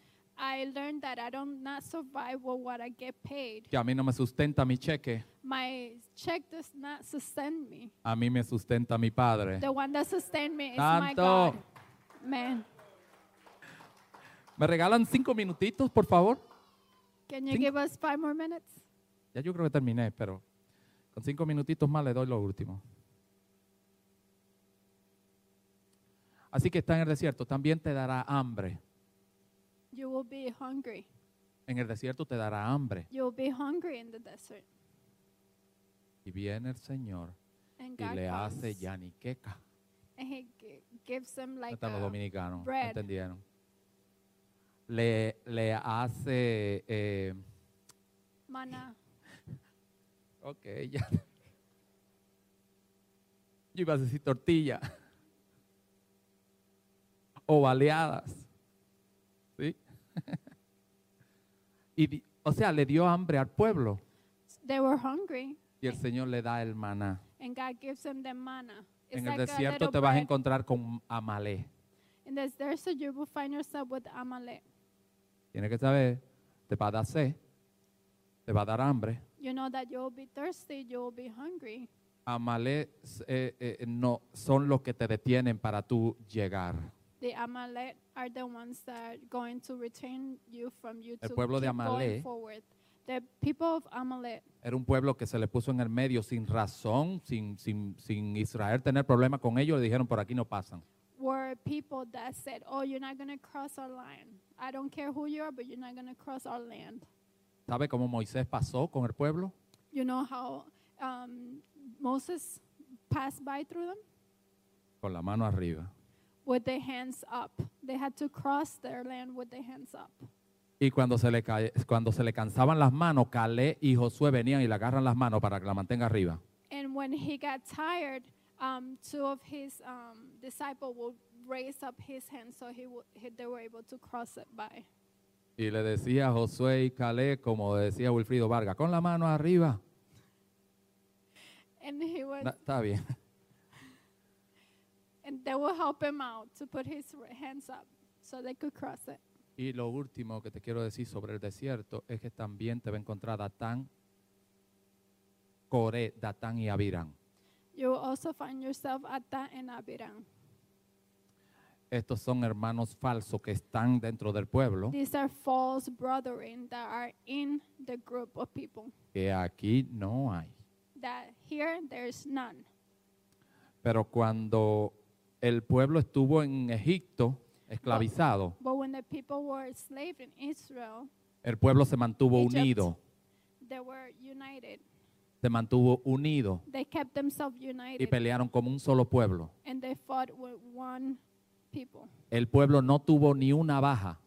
S3: I learned that I don't not survive with what I get paid.
S2: que a mí no me sustenta mi cheque,
S3: My check does not sustain me.
S2: a mí me sustenta mi Padre.
S3: The one that sustains me is my
S2: Tanto.
S3: God. Man,
S2: ¿Me regalan cinco minutitos, por favor?
S3: can you
S2: Think-
S3: give us five more minutes?
S2: Ya yo creo que terminé, pero con cinco minutitos más le doy lo último. Así que está en el desierto, también te dará hambre.
S3: You will be hungry.
S2: En el desierto te dará hambre.
S3: You will be hungry in the desert.
S2: Y viene el Señor
S3: And
S2: y
S3: God
S2: le
S3: comes,
S2: hace yaniqueca.
S3: and He gi- gives them
S2: No
S3: like
S2: están los
S3: a-
S2: dominicanos, no
S3: bread.
S2: entendieron. Le, le hace, eh,
S3: manna.
S2: ok, ya. Yo iba a decir tortilla o baleadas, ¿sí? y, di- o sea, le dio hambre al pueblo
S3: They were hungry,
S2: y el Señor le da el maná.
S3: and God gives them the manna. It's
S2: en el
S3: like a
S2: desierto
S3: little
S2: te vas a
S3: bread.
S2: encontrar con amalé.
S3: In the desert, you will find yourself with Amalek.
S2: Tienes que saber, te va a dar sed, te va a dar hambre.
S3: You know that you will be thirsty, you will be hungry.
S2: Amalé eh, eh, no son los que te detienen para tú llegar.
S3: The Amalek are the ones that are going to retain you from you
S2: El
S3: to
S2: pueblo de
S3: keep going
S2: Amalek
S3: forward. The people of Amalek
S2: Era un pueblo que se le puso en el medio sin razón, sin, sin, sin Israel tener problema con ellos, le dijeron por aquí no pasan.
S3: were people that said, Oh, you're not going to cross our line. I don't care who you are, but you're not going to cross our land.
S2: ¿Sabe cómo Moisés pasó con el pueblo?
S3: You know how um, Moses passed by through them?
S2: Con la mano arriba.
S3: With their hands up. They had to cross their land with their hands up.
S2: Y cuando se, le cae- cuando se le cansaban las manos, Calé y Josué venían y le agarran las manos para que la mantenga arriba.
S3: And when he got tired, um, two of his um, disciple would raise up his hand so he, wo- he they were able to cross it by.
S2: Y le decía a Josué y Calé, como decía Wilfrido Vargas, con la mano arriba.
S3: And he was,
S2: Na- Está bien.
S3: and they would help him out to put his r- hands up so they could cross it.
S2: Y lo último que te quiero decir sobre el desierto es que también te va a encontrar Datán, Coré, Datán y Abirán.
S3: You will also find yourself at that in Abiram.
S2: Estos son hermanos falsos que están dentro del pueblo,
S3: These are false brethren that are in the group of people
S2: que aquí no hay.
S3: that here there's none.
S2: Pero cuando el pueblo estuvo en Egipto esclavizado,
S3: But when the people were enslaved in Israel,
S2: el pueblo se mantuvo
S3: Egypt.
S2: unido,
S3: they were united.
S2: se mantuvo unido
S3: They kept themselves
S2: y
S3: united
S2: pelearon como un solo pueblo.
S3: and they fought with one people.
S2: El pueblo no tuvo ni una baja.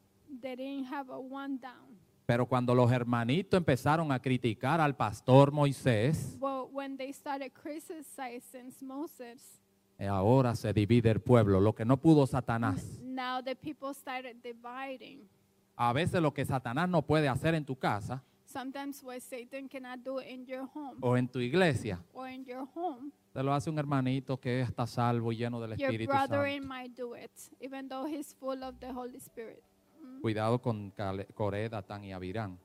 S3: They didn't have a one down.
S2: Pero cuando los hermanitos empezaron a criticar al pastor Moisés,
S3: But when they started criticizing Moses,
S2: eh, ahora se divide el pueblo, lo que no pudo Satanás.
S3: now the people started dividing.
S2: A veces lo que Satanás no puede hacer en tu casa
S3: Sometimes what Satan cannot do in your home
S2: o en tu iglesia,
S3: or in your home,
S2: te lo hace un hermanito que está salvo y lleno del
S3: your
S2: Espíritu
S3: brethren
S2: Santo.
S3: might do it, even though he's full of the Holy Spirit.
S2: Cuidado con Cale- Coré, Datán y Abirán,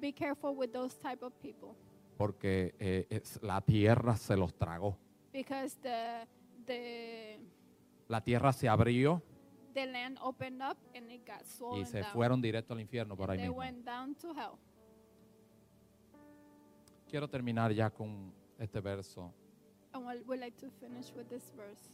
S3: Be careful with those type of people
S2: porque eh, es- la tierra se los tragó.
S3: because the the
S2: La tierra se abrió
S3: the land opened up and it got swollen
S2: y se
S3: down.
S2: fueron directo al infierno por ahí
S3: they
S2: mismo.
S3: went down to hell.
S2: Quiero terminar ya con este verso.
S3: And we would like to finish with this verse.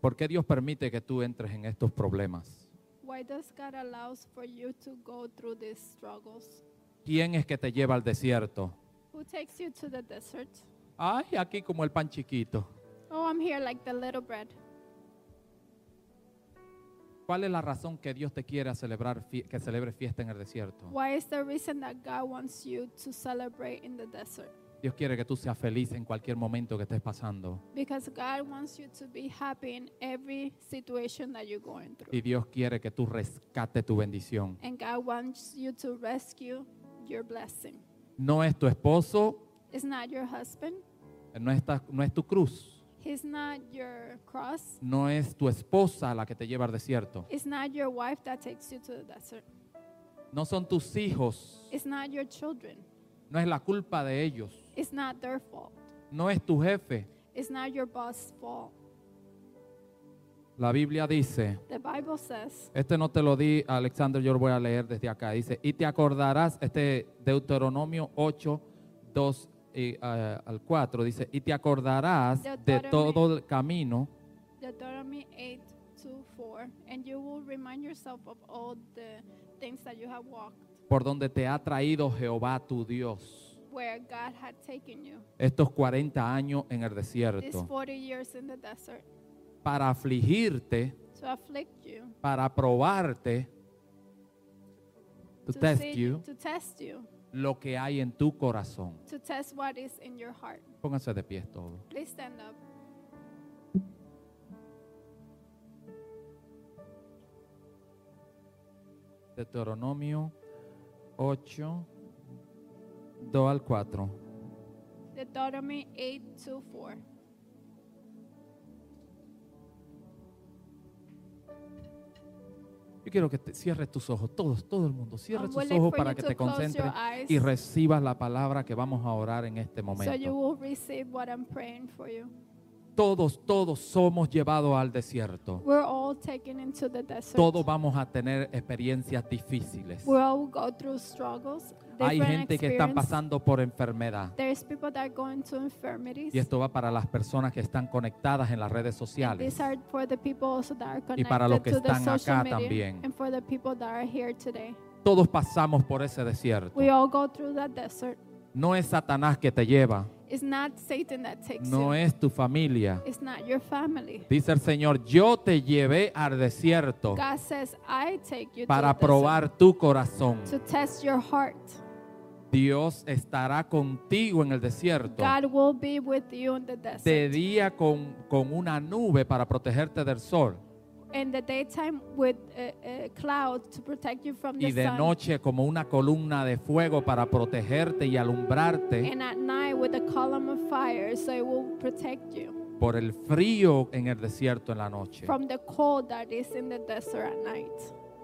S2: ¿Por qué Dios permite que tú entres en estos problemas?
S3: Why does God allows for you to go through these struggles?
S2: ¿Quién es que te lleva al desierto?
S3: Who takes you to the desert?
S2: Ay, aquí como el pan chiquito.
S3: Oh, I'm here like the little bread.
S2: ¿Cuál es la razón que Dios te quiere a celebrar fie- que celebre fiesta en el desierto?
S3: Why is the reason that God wants you to celebrate in the desert?
S2: Dios quiere que tú seas feliz en cualquier momento que estés pasando.
S3: Because God wants you to be happy in every situation that you're going through.
S2: Y Dios quiere que tú rescate tu bendición.
S3: And God wants you to rescue your blessing.
S2: No es tu esposo,
S3: It's not your husband,
S2: no es, ta- no es tu cruz,
S3: He's not your cross,
S2: no es tu esposa la que te lleva al desierto.
S3: it's not your wife that takes you to the desert,
S2: No son tus hijos,
S3: it's not your children,
S2: no es la culpa de ellos,
S3: it's not their fault,
S2: no es tu jefe.
S3: it's not your boss's fault.
S2: La Biblia dice,
S3: The Bible says,
S2: Este no te lo di, Alexander, yo lo voy a leer desde acá. Dice, y te acordarás, este Deuteronomio 8, 2 y, ah, al 4, dice, y te acordarás de
S3: Deuteronomio.
S2: todo el camino
S3: Deuteronomy 8 to 4, and you will remind yourself of all the things that you have walked,
S2: por donde te ha traído Jehová tu Dios.
S3: where God had taken you.
S2: Estos 40 años en el
S3: These
S2: desierto,
S3: 40 years in the desert
S2: para afligirte,
S3: to afflict you,
S2: para probarte, to
S3: to,
S2: test
S3: see-
S2: you,
S3: to test you,
S2: lo que hay en tu corazón.
S3: to test what is in your heart.
S2: Pónganse de pie todos.
S3: Please stand up.
S2: Deuteronomio 8, 2 al 4.
S3: Deuteronomy 8 to 4.
S2: Yo quiero que te- cierres tus ojos, todos, todo el mundo, cierre
S3: I'm
S2: tus
S3: willing
S2: ojos
S3: for
S2: para
S3: you
S2: que
S3: to
S2: te
S3: close your
S2: concentres
S3: eyes
S2: y recibas la palabra que vamos a orar en este
S3: so you
S2: momento.
S3: will receive what I'm praying for you.
S2: Todos, todos somos llevados al desierto.
S3: We're all taken into the desert.
S2: Todos vamos a tener experiencias difíciles.
S3: We all go through struggles.
S2: Hay
S3: different
S2: gente que está
S3: experience.
S2: pasando por enfermedad.
S3: There's people that are going to infirmities.
S2: Y esto va para las personas que están conectadas en las redes
S3: And
S2: sociales.
S3: these are for the people also that are
S2: Y
S3: connected
S2: para los que
S3: to the
S2: están
S3: social
S2: acá
S3: media
S2: también.
S3: and for the people that are here today.
S2: Todos pasamos por ese desierto.
S3: We all go through that desert.
S2: No es Satanás que te lleva.
S3: It's not Satan that takes
S2: No
S3: you.
S2: es tu familia.
S3: It's not your family.
S2: Dice el Señor, yo te llevé al desierto
S3: God says, I take you
S2: para
S3: to the desert
S2: probar tu corazón.
S3: to test your heart.
S2: Dios estará contigo en el desierto.
S3: God will be with you in the desert.
S2: De día con, con una nube para protegerte del sol.
S3: in the daytime with a, a cloud to protect you from
S2: Y
S3: the
S2: de
S3: sun.
S2: noche como una columna de fuego para protegerte y alumbrarte
S3: and at night with a column of fire, so it will protect you
S2: por el frío en el desierto en la noche.
S3: from the cold that is in the desert at night.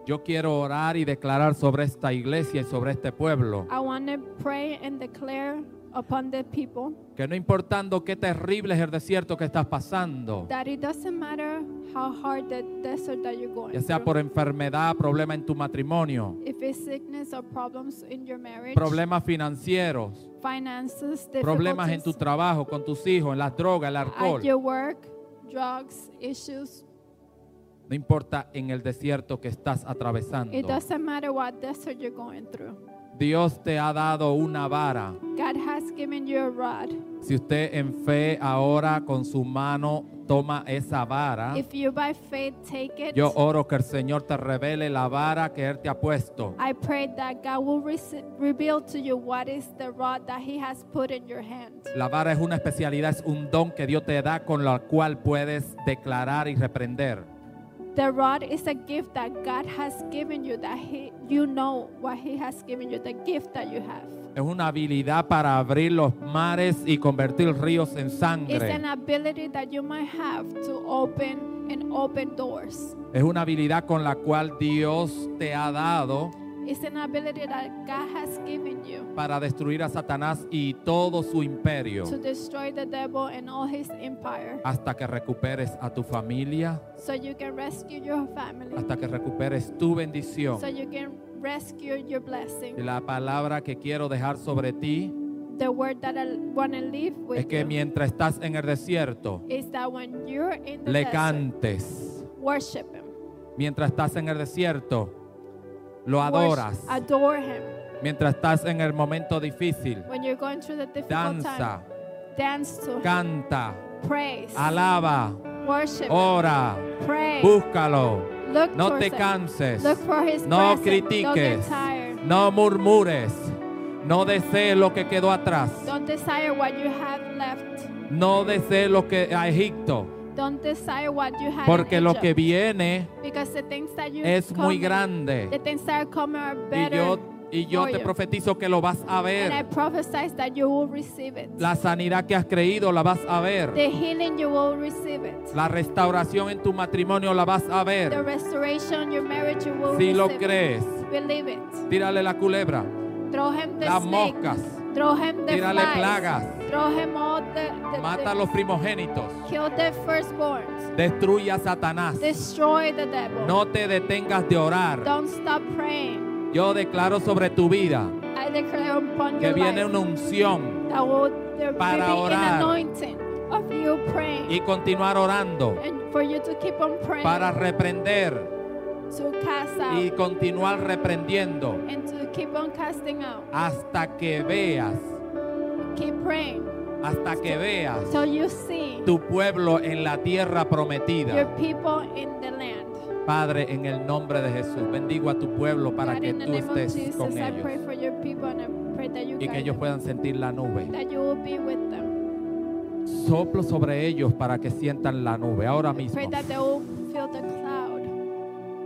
S2: Yo quiero orar y declarar sobre esta iglesia y sobre este pueblo
S3: I want to pray and declare upon the people
S2: que no importando qué terrible es el desierto que estás pasando,
S3: that it doesn't matter how hard the desert that you're going
S2: ya sea
S3: through.
S2: por enfermedad, problema en tu matrimonio,
S3: if it's sickness or problems in your marriage,
S2: problemas financieros,
S3: finances,
S2: problemas en tu
S3: difficulties
S2: trabajo, con tus hijos, en las drogas, el alcohol.
S3: at your work, drugs, issues,
S2: No importa en el desierto que estás atravesando.
S3: it doesn't matter what desert you're going through.
S2: Dios te ha dado una vara.
S3: God has given you a rod.
S2: Si usted en fe ahora con su mano toma esa vara,
S3: If you by faith take it,
S2: yo oro que el Señor te revele la vara que Él te ha puesto.
S3: I pray that God will rece- reveal to you what is the rod that He has put in your hand.
S2: La vara es una especialidad, es un don que Dios te da con la cual puedes declarar y reprender.
S3: The rod is a gift that God has given you that he, you know what He has given you, the gift that you have.
S2: Es una habilidad para abrir los mares y convertir ríos en
S3: It's an
S2: sangre.
S3: ability that you might have to open and open doors.
S2: Es una habilidad con la cual Dios te ha dado
S3: It's an ability that God has given you
S2: para destruir a Satanás y todo su imperio
S3: to destroy the devil and all his empire
S2: hasta que recuperes a tu familia,
S3: so you can rescue your family,
S2: hasta que recuperes tu bendición.
S3: so you can rescue your blessing.
S2: Y la palabra que quiero dejar sobre ti
S3: The word that I want to leave with
S2: es que
S3: you
S2: mientras estás en el desierto,
S3: is that when you're in the
S2: le
S3: desert,
S2: cantes.
S3: worship Him.
S2: Mientras estás en el desierto, lo
S3: Worship-
S2: adoras.
S3: adore Him.
S2: Mientras estás en el momento difícil,
S3: When you're going through the difficult
S2: danza,
S3: time, dance to Him.
S2: canta,
S3: Praise.
S2: alaba,
S3: worship
S2: ora,
S3: Him. Pray.
S2: búscalo.
S3: Look
S2: Oh. No
S3: towards
S2: te
S3: Him.
S2: canses.
S3: Look for His
S2: No
S3: presence. Don't get
S2: critiques.
S3: tired.
S2: No murmures. No desees lo que quedó atrás.
S3: Don't desire what you have left.
S2: No desees lo que a Egipto.
S3: Don't desire what you had
S2: Porque
S3: in
S2: lo
S3: Egypt.
S2: que viene
S3: Because the things that you
S2: es muy
S3: coming- The
S2: grande.
S3: things that are coming are
S2: Y
S3: better
S2: yo, y yo
S3: for
S2: te
S3: you.
S2: profetizo que lo vas a
S3: And I
S2: ver.
S3: prophesy that you will receive it.
S2: La sanidad que has creído la vas a ver.
S3: The healing you will receive it.
S2: La restauración en tu matrimonio la vas a
S3: The
S2: ver.
S3: restoration your marriage you will
S2: Si lo
S3: receive.
S2: crees,
S3: It. Believe it.
S2: tírale la culebra,
S3: Throw him the
S2: las
S3: snake.
S2: moscas,
S3: Throw him the
S2: tírale
S3: flies.
S2: plagas.
S3: Throw him all the, the,
S2: mata a
S3: the-
S2: los primogénitos,
S3: kill the firstborns.
S2: destruye a Satanás.
S3: Destroy the devil.
S2: No te detengas de orar.
S3: Don't stop praying.
S2: Yo declaro sobre tu vida
S3: I declare upon
S2: que
S3: your
S2: viene
S3: life
S2: una unción
S3: that will there
S2: para
S3: will be
S2: orar.
S3: an anointing of you praying
S2: y continuar orando
S3: and for you to keep on praying
S2: para reprender
S3: to cast out
S2: y continuar reprendiendo
S3: and to keep on casting out.
S2: hasta que veas,
S3: Keep praying
S2: hasta que veas
S3: till you see
S2: tu pueblo en la tierra
S3: your
S2: prometida.
S3: people in the land.
S2: Padre, en el nombre de Jesús, bendigo a tu pueblo para
S3: God,
S2: que
S3: in the
S2: tú
S3: name of
S2: estés
S3: Jesus,
S2: con
S3: I pray
S2: ellos
S3: for your people and I pray that you
S2: y que
S3: guide
S2: ellos
S3: them,
S2: puedan sentir la nube.
S3: that you will be with them.
S2: Soplo sobre ellos para que sientan la nube ahora
S3: I
S2: mismo.
S3: pray that they will feel the cloud,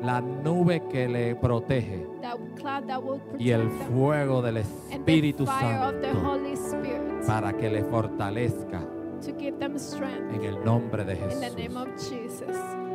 S2: La nube que le protege
S3: that cloud that will protect
S2: y el
S3: them,
S2: fuego del
S3: and the
S2: Espíritu
S3: fire of the
S2: Santo
S3: Holy Spirit
S2: para que le fortalezca
S3: to give them strength
S2: en el nombre de
S3: in the
S2: Jesús.
S3: name of Jesus.